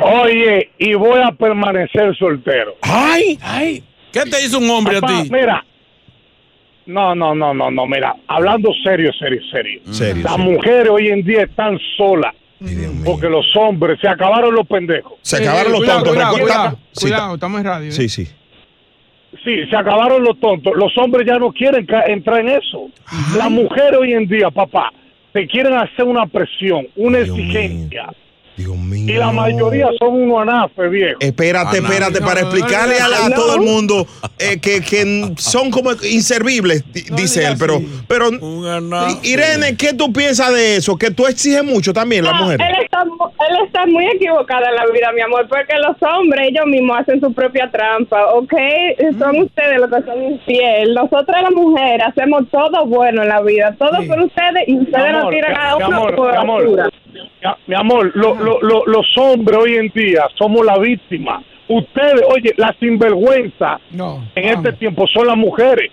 [SPEAKER 19] Oye, y voy a permanecer soltero.
[SPEAKER 1] ¡Ay!
[SPEAKER 2] ¡Ay!
[SPEAKER 4] ¿Qué te hizo un hombre a ti?
[SPEAKER 19] Mira. No, no, no, no, no, mira, hablando serio, serio, serio.
[SPEAKER 1] Mm. Serio,
[SPEAKER 19] Las
[SPEAKER 1] serio.
[SPEAKER 19] mujeres hoy en día están solas. Porque los hombres se acudaron los pendejos.
[SPEAKER 1] Se acabaron los
[SPEAKER 2] Eh, cuidado,
[SPEAKER 1] tontos.
[SPEAKER 2] Cuidado,
[SPEAKER 1] recuerda-
[SPEAKER 2] cuidado,
[SPEAKER 1] Sí,
[SPEAKER 2] cuidado, estamos en radio. ¿eh?
[SPEAKER 1] Sí, sí.
[SPEAKER 19] Sí, se acabaron los tontos. Los hombres ya no quieren ca- entrar en eso. La mujer hoy en día, papá, te quieren hacer una presión, una exigencia. Y la mayoría son unos anafes, viejo. Ah,
[SPEAKER 1] Espérate, espérate, para explicarle a, la- a todo el mundo eh, que, que son como inservibles, di- dice él, pero, pero Irene, ¿qué tú piensas de eso? Que tú exiges mucho también la
[SPEAKER 18] No,
[SPEAKER 1] mujer.
[SPEAKER 18] Él está, mu- él está muy equivocado en la vida, mi amor, porque los hombres ellos mismos hacen su propia trampa, ¿ok? Son
[SPEAKER 19] Mm.
[SPEAKER 18] ustedes los que son infieles. Nosotras las mujeres hacemos todo bueno en la vida, todo por ustedes y
[SPEAKER 19] Mi
[SPEAKER 18] ustedes nos
[SPEAKER 19] amor,
[SPEAKER 18] tiran
[SPEAKER 19] mi-
[SPEAKER 18] a
[SPEAKER 19] mi
[SPEAKER 18] uno
[SPEAKER 19] amor,
[SPEAKER 18] por
[SPEAKER 19] mi amor,
[SPEAKER 18] basura.
[SPEAKER 19] mi- mi amor, lo- lo- lo- los hombres hoy en día somos la víctima. Ustedes, oye, la sinvergüenza en este tiempo son las mujeres.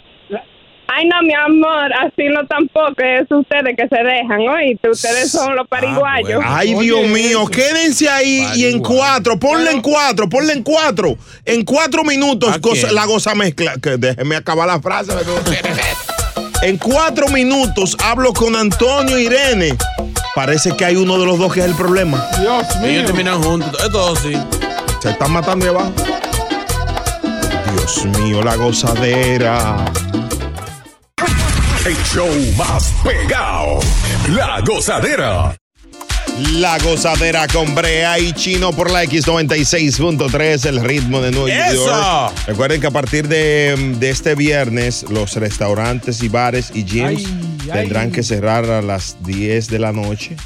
[SPEAKER 18] Ay, no, mi amor, así no tampoco, es ustedes que se dejan, oíste, ustedes son los pariguayos.
[SPEAKER 1] Ah, Ay, Dios mío, quédense ahí y en cuatro, ponle en cuatro, ponle en cuatro, en cuatro minutos goza- la goza mezcla. Que déjeme acabar la frase. pero- en cuatro minutos hablo con Antonio e Irene. Parece que hay uno de los dos que es el problema.
[SPEAKER 4] Dios mío. Ellos terminan juntos. Esto sí.
[SPEAKER 1] Se están matando de abajo. Dios mío, la gozadera.
[SPEAKER 2] El show más pegado. La gozadera.
[SPEAKER 1] La gozadera con Brea y Chino por la X96.3, el ritmo de New
[SPEAKER 2] ¡Eso!
[SPEAKER 1] York. Recuerden que a partir de, de este viernes, los restaurantes y bares y gyms tendrán que cerrar a las 10 de la noche,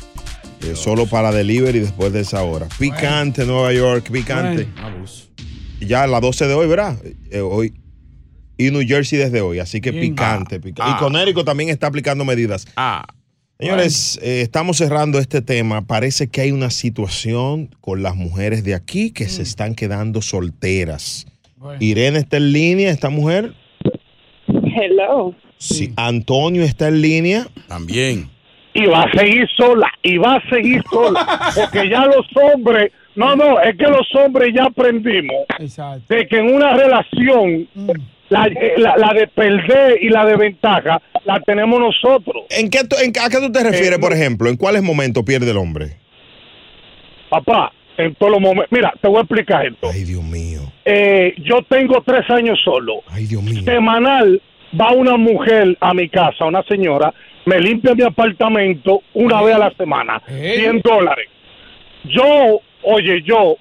[SPEAKER 1] eh, solo para delivery después de esa hora. Picante, Nueva York, picante.
[SPEAKER 2] Ah,
[SPEAKER 1] Ya a las 12 de hoy, ¿verdad? Eh, hoy. Y New Jersey desde hoy, así que
[SPEAKER 7] Bien.
[SPEAKER 1] picante, picante.
[SPEAKER 7] ah.
[SPEAKER 1] Y Connecticut también está aplicando medidas. Ah. Señores, eh, estamos cerrando este tema. Parece que hay una situación con las mujeres de aquí que
[SPEAKER 7] Mm.
[SPEAKER 1] se están quedando solteras. Irene está en línea, esta mujer.
[SPEAKER 18] Hello.
[SPEAKER 1] Sí. Antonio está en línea.
[SPEAKER 4] También.
[SPEAKER 19] Y va a seguir sola, y va a seguir sola. Porque ya los hombres, no, no, es que los hombres ya aprendimos de que en una relación la, eh, la- la de perder y la de ventaja la tenemos nosotros. Eh,
[SPEAKER 1] ¿En qué tú- en- ¿A qué tú te refieres, por ejemplo? ¿En cuáles momentos pierde el hombre?
[SPEAKER 19] Papá, en todos los momentos. Mira, te voy a explicar esto. Eh,
[SPEAKER 1] Ay, Dios mío.
[SPEAKER 19] yo tengo tres años solo.
[SPEAKER 1] Ay, Dios mío.
[SPEAKER 19] Semanal va una mujer a mi casa, una señora, me limpia mi apartamento una vez a la semana. 100 dólares. Yo, oye, yo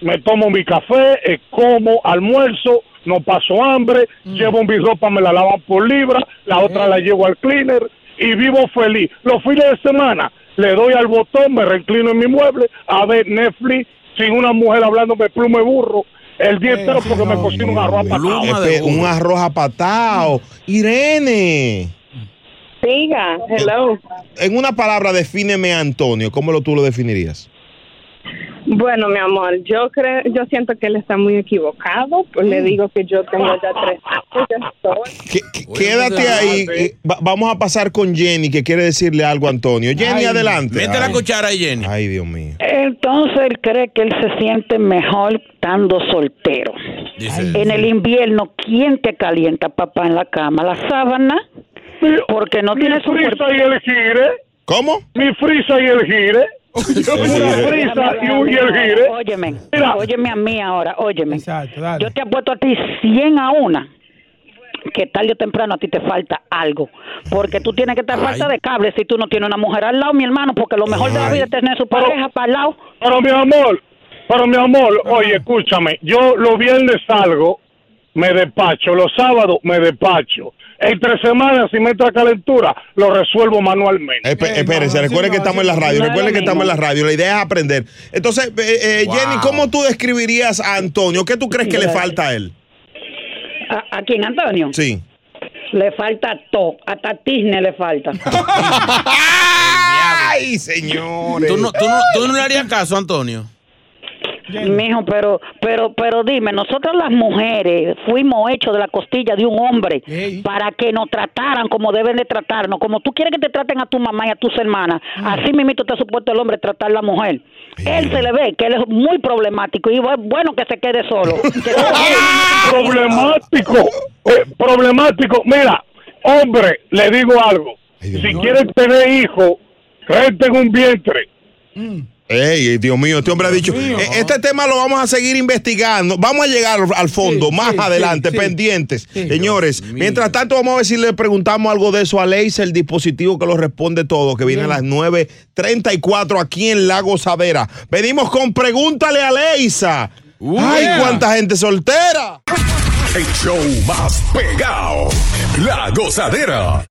[SPEAKER 19] me tomo mi café, eh, como, almuerzo, no paso hambre, llevo mi ropa, me la lavan por libra, la otra la llevo al cleaner y vivo feliz. Los fines de semana le doy al botón, me reclino en mi mueble a ver Netflix sin una mujer hablándome plume burro el día entero porque me cocino un arroz patado.
[SPEAKER 1] Espe- un arroz apatado. Irene.
[SPEAKER 18] Siga, hello.
[SPEAKER 1] En una palabra, defíneme a Antonio. ¿Cómo lo, tú lo definirías?
[SPEAKER 18] Bueno, mi amor, yo creo, yo siento que él está muy equivocado. Pues le digo que yo tengo ya tres años, ya estoy.
[SPEAKER 1] Que- que-
[SPEAKER 4] pues,
[SPEAKER 1] quédate ahí. eh, va- vamos a pasar con Jenny, que quiere decirle algo a Antonio. Jenny, adelante.
[SPEAKER 4] Mete la
[SPEAKER 1] Ay.
[SPEAKER 4] cuchara ahí, Jenny.
[SPEAKER 1] Ay, Dios mío.
[SPEAKER 17] Entonces él cree que él se siente mejor estando soltero. En el invierno, ¿quién te calienta, papá, en la cama? ¿La sábana? Porque no tienes un cuerpo.
[SPEAKER 19] y el gire.
[SPEAKER 1] ¿Cómo?
[SPEAKER 19] Mi frisa y el gire. Una frisa y un y el gire.
[SPEAKER 17] Óyeme, óyeme a mí ahora, óyeme. Yo te apuesto a ti 100 a una que tarde o temprano a ti te falta algo. Porque tú tienes que estar falta de cable si tú no tienes una mujer al lado, mi hermano, porque lo mejor de la vida es tener su pareja para el lado.
[SPEAKER 19] Pero mi amor, pero mi amor, oye, escúchame, yo los viernes salgo, me despacho, los sábados me despacho. Entre semanas, si me entra calentura, lo resuelvo manualmente.
[SPEAKER 1] Espe- espérense, recuerden que estamos en la radio. Recuerden que estamos en la radio. La idea es aprender. Entonces, eh, eh,
[SPEAKER 19] Wow.
[SPEAKER 1] Jenny, ¿cómo tú describirías a Antonio? ¿Qué tú crees que le falta a él?
[SPEAKER 17] ¿A, a quién, Antonio?
[SPEAKER 1] Sí.
[SPEAKER 17] Le falta todo, hasta Tisne le falta.
[SPEAKER 1] Ay, señores.
[SPEAKER 4] ¿Tú no, tú, no, tú no le harías caso, Antonio.
[SPEAKER 17] Mijo, pero, pero, pero dime, nosotras las mujeres fuimos hechos de la costilla de un hombre para que nos trataran como deben de tratarnos, como tú quieres que te traten a tu mamá y a tus hermanas, así mismito está supuesto el hombre tratar a la mujer. Él se le ve que él es muy problemático y bu- bueno que se quede solo. Ah.
[SPEAKER 19] problemático, eh, problemático. Mira, hombre, le digo algo. Si quieren tener hijos, renten un vientre.
[SPEAKER 1] Ey, Dios mío, este hombre ha dicho, "E- este tema lo vamos a seguir investigando, vamos a llegar al fondo más
[SPEAKER 2] sí,
[SPEAKER 1] adelante,
[SPEAKER 2] sí, sí.
[SPEAKER 1] pendientes. Señores, mientras tanto vamos a ver si le preguntamos algo de eso a Leis, el dispositivo que lo responde todo, que viene a las 9.34 aquí en La Gozadera. Venimos con Pregúntale a Leisa.
[SPEAKER 2] Uh,
[SPEAKER 1] ¡Ay,
[SPEAKER 10] yeah.
[SPEAKER 1] cuánta gente soltera!
[SPEAKER 10] El show más pegado. La gozadera.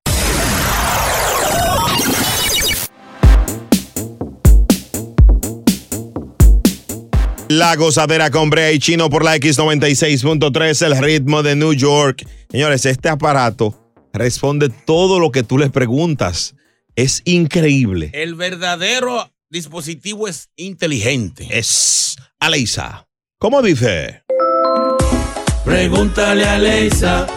[SPEAKER 1] La gozadera con Brea y Chino por la X96.3, el ritmo de New York. Señores, este aparato responde todo lo que tú les preguntas. Es increíble.
[SPEAKER 4] El verdadero dispositivo es inteligente.
[SPEAKER 1] Es Aleisa. ¿Cómo dice?
[SPEAKER 4] Pregúntale a Leisa.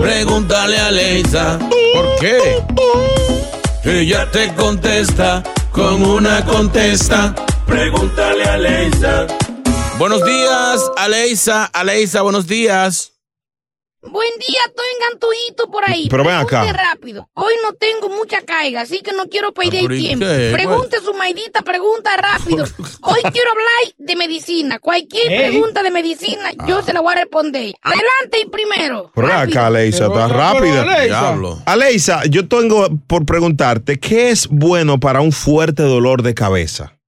[SPEAKER 4] Pregúntale a Leisa. ¿Por qué? Ella te contesta con una contesta. Pregúntale a Leisa. Buenos días, Aleisa. Aleisa, buenos días.
[SPEAKER 3] Buen día, estoy engantuito por ahí.
[SPEAKER 4] Pero ven acá.
[SPEAKER 3] Pregunte rápido. Hoy no tengo mucha caiga, así que no quiero perder
[SPEAKER 4] pero ¿y
[SPEAKER 3] tiempo.
[SPEAKER 4] qué?
[SPEAKER 3] Pregunte su maidita, pregunta rápido. Hoy quiero hablar de medicina. Cualquier
[SPEAKER 1] Ey.
[SPEAKER 3] pregunta de medicina, yo se la voy a responder. Adelante y primero.
[SPEAKER 1] Por acá, Aleisa,
[SPEAKER 2] Pero,
[SPEAKER 1] estás
[SPEAKER 2] pero,
[SPEAKER 1] rápida.
[SPEAKER 2] Aleisa. Diablo.
[SPEAKER 1] Aleisa, yo tengo por preguntarte, ¿qué es bueno para un fuerte dolor de cabeza?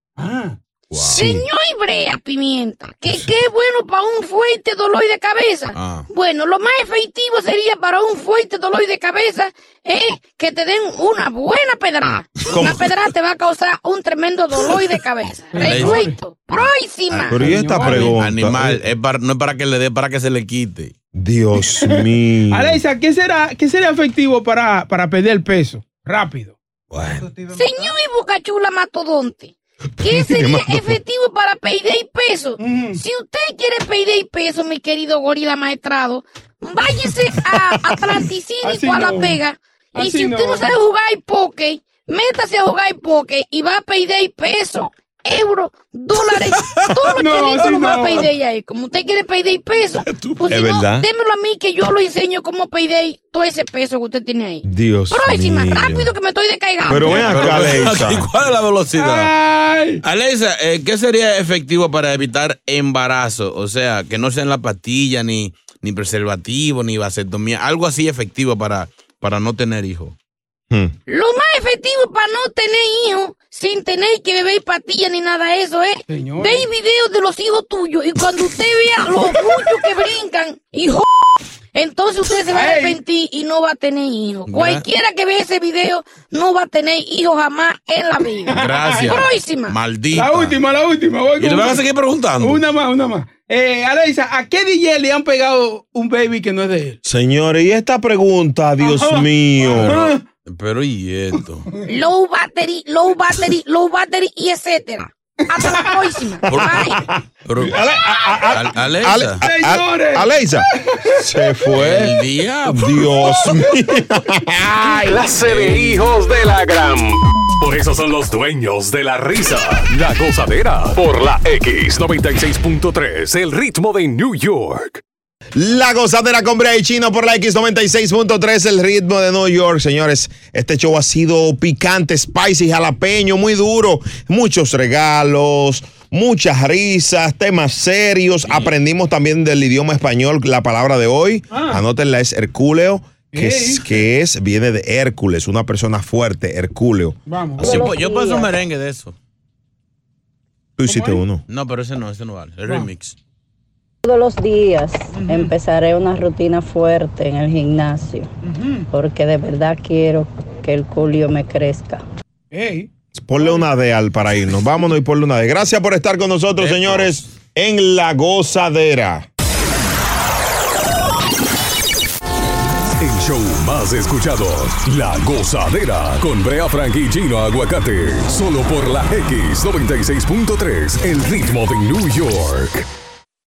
[SPEAKER 3] Señor Ibrea Pimienta, que qué bueno para un fuerte dolor de cabeza. Bueno, lo más efectivo sería para un fuerte dolor de cabeza es que te den una buena pedrada.
[SPEAKER 1] ¿Cómo?
[SPEAKER 3] Una pedrada te va a causar un tremendo dolor de cabeza. Resuelto. Próxima.
[SPEAKER 1] Pero ¿y esta pregunta? eh.
[SPEAKER 4] Animal, es para- no es para que le dé, para que se le quite.
[SPEAKER 1] Dios mío.
[SPEAKER 2] Alexa, ¿qué será, qué sería efectivo para, para perder peso? Rápido.
[SPEAKER 3] Señor y Bocachula Matodonte, ¿qué sería
[SPEAKER 2] Matodonte.
[SPEAKER 3] efectivo para payday peso? Si usted quiere payday peso, mi querido gorila maestrado, váyase a
[SPEAKER 6] Así
[SPEAKER 3] Atlanticínico a La
[SPEAKER 6] no.
[SPEAKER 3] Vega. Y
[SPEAKER 6] Así
[SPEAKER 3] si usted
[SPEAKER 6] no.
[SPEAKER 3] no sabe jugar poke, métase a jugar poke y va a payday peso. Euros, dólares, todo
[SPEAKER 6] No,
[SPEAKER 3] lo que
[SPEAKER 6] así
[SPEAKER 3] digo lo va a
[SPEAKER 6] no.
[SPEAKER 3] payday ahí. Como usted quiere payday peso, pues
[SPEAKER 1] Es
[SPEAKER 3] si no,
[SPEAKER 1] verdad.
[SPEAKER 3] démelo a mí que yo lo enseño cómo payday todo ese peso que usted tiene ahí.
[SPEAKER 1] Dios
[SPEAKER 3] Próxima,
[SPEAKER 1] mío.
[SPEAKER 3] rápido que me estoy descaigando.
[SPEAKER 1] Pero ven acá,
[SPEAKER 4] ven
[SPEAKER 1] Aleisa.
[SPEAKER 4] aquí, ¿Cuál es la velocidad? Alexa, eh, ¿qué sería efectivo para evitar embarazo? O sea, que no sean la pastilla, ni, ni preservativo, ni vasectomía. Algo así efectivo para, para no tener hijos.
[SPEAKER 3] Lo más efectivo para no tener hijos sin tener que beber pastillas ni nada de eso ¿eh? es ver videos de los hijos tuyos y cuando usted vea los muchos que brincan y jo- entonces usted se va a arrepentir y no va a tener hijos. Cualquiera que vea ese video no va a tener hijos jamás en la vida.
[SPEAKER 4] Gracias.
[SPEAKER 3] Próxima.
[SPEAKER 4] Maldita.
[SPEAKER 2] La última, la última. voy
[SPEAKER 4] ¿Y
[SPEAKER 2] con
[SPEAKER 4] le van a
[SPEAKER 2] una.
[SPEAKER 4] seguir preguntando?
[SPEAKER 2] Una más, una más. Eh, Alexa, ¿a qué DJ le han pegado un baby que no es de él?
[SPEAKER 1] Señores, y esta pregunta, Dios
[SPEAKER 2] Ajá.
[SPEAKER 1] mío.
[SPEAKER 4] Pero y eh, esto.
[SPEAKER 3] Low battery, low battery, low battery y etcétera. Hasta la próxima.
[SPEAKER 4] Alexa.
[SPEAKER 1] Señores. Aleisa. Se fue.
[SPEAKER 4] El diablo.
[SPEAKER 1] Dios mío.
[SPEAKER 10] Clase de hijos de la gran. Por eso son los dueños de la risa. La gozadera por la X96.3, el ritmo de New York.
[SPEAKER 1] La gozadera con Brea y Chino por la X96.3, el ritmo de New York. Señores, este show ha sido picante, spicy, jalapeño, muy duro. Muchos regalos, muchas risas, temas serios. Aprendimos también del idioma español la palabra de hoy. Anótenla, es Herculeo, que es, que es, viene de Hércules, una persona fuerte, Herculeo.
[SPEAKER 4] Vamos.
[SPEAKER 1] Así
[SPEAKER 4] yo,
[SPEAKER 1] pues.
[SPEAKER 4] yo paso un merengue de eso.
[SPEAKER 1] Tú hiciste uno.
[SPEAKER 4] No, pero ese no, ese no vale. El remix.
[SPEAKER 26] Todos los días empezaré una rutina fuerte en el gimnasio porque de verdad quiero que el culio me crezca.
[SPEAKER 1] Ponle una D al para irnos. Vámonos y ponle una D. Gracias por estar con nosotros, señores, en La Gozadera.
[SPEAKER 10] El show más escuchado, La Gozadera, con Brea Frank y Gino Aguacate, solo por la X96.3, el ritmo de New York.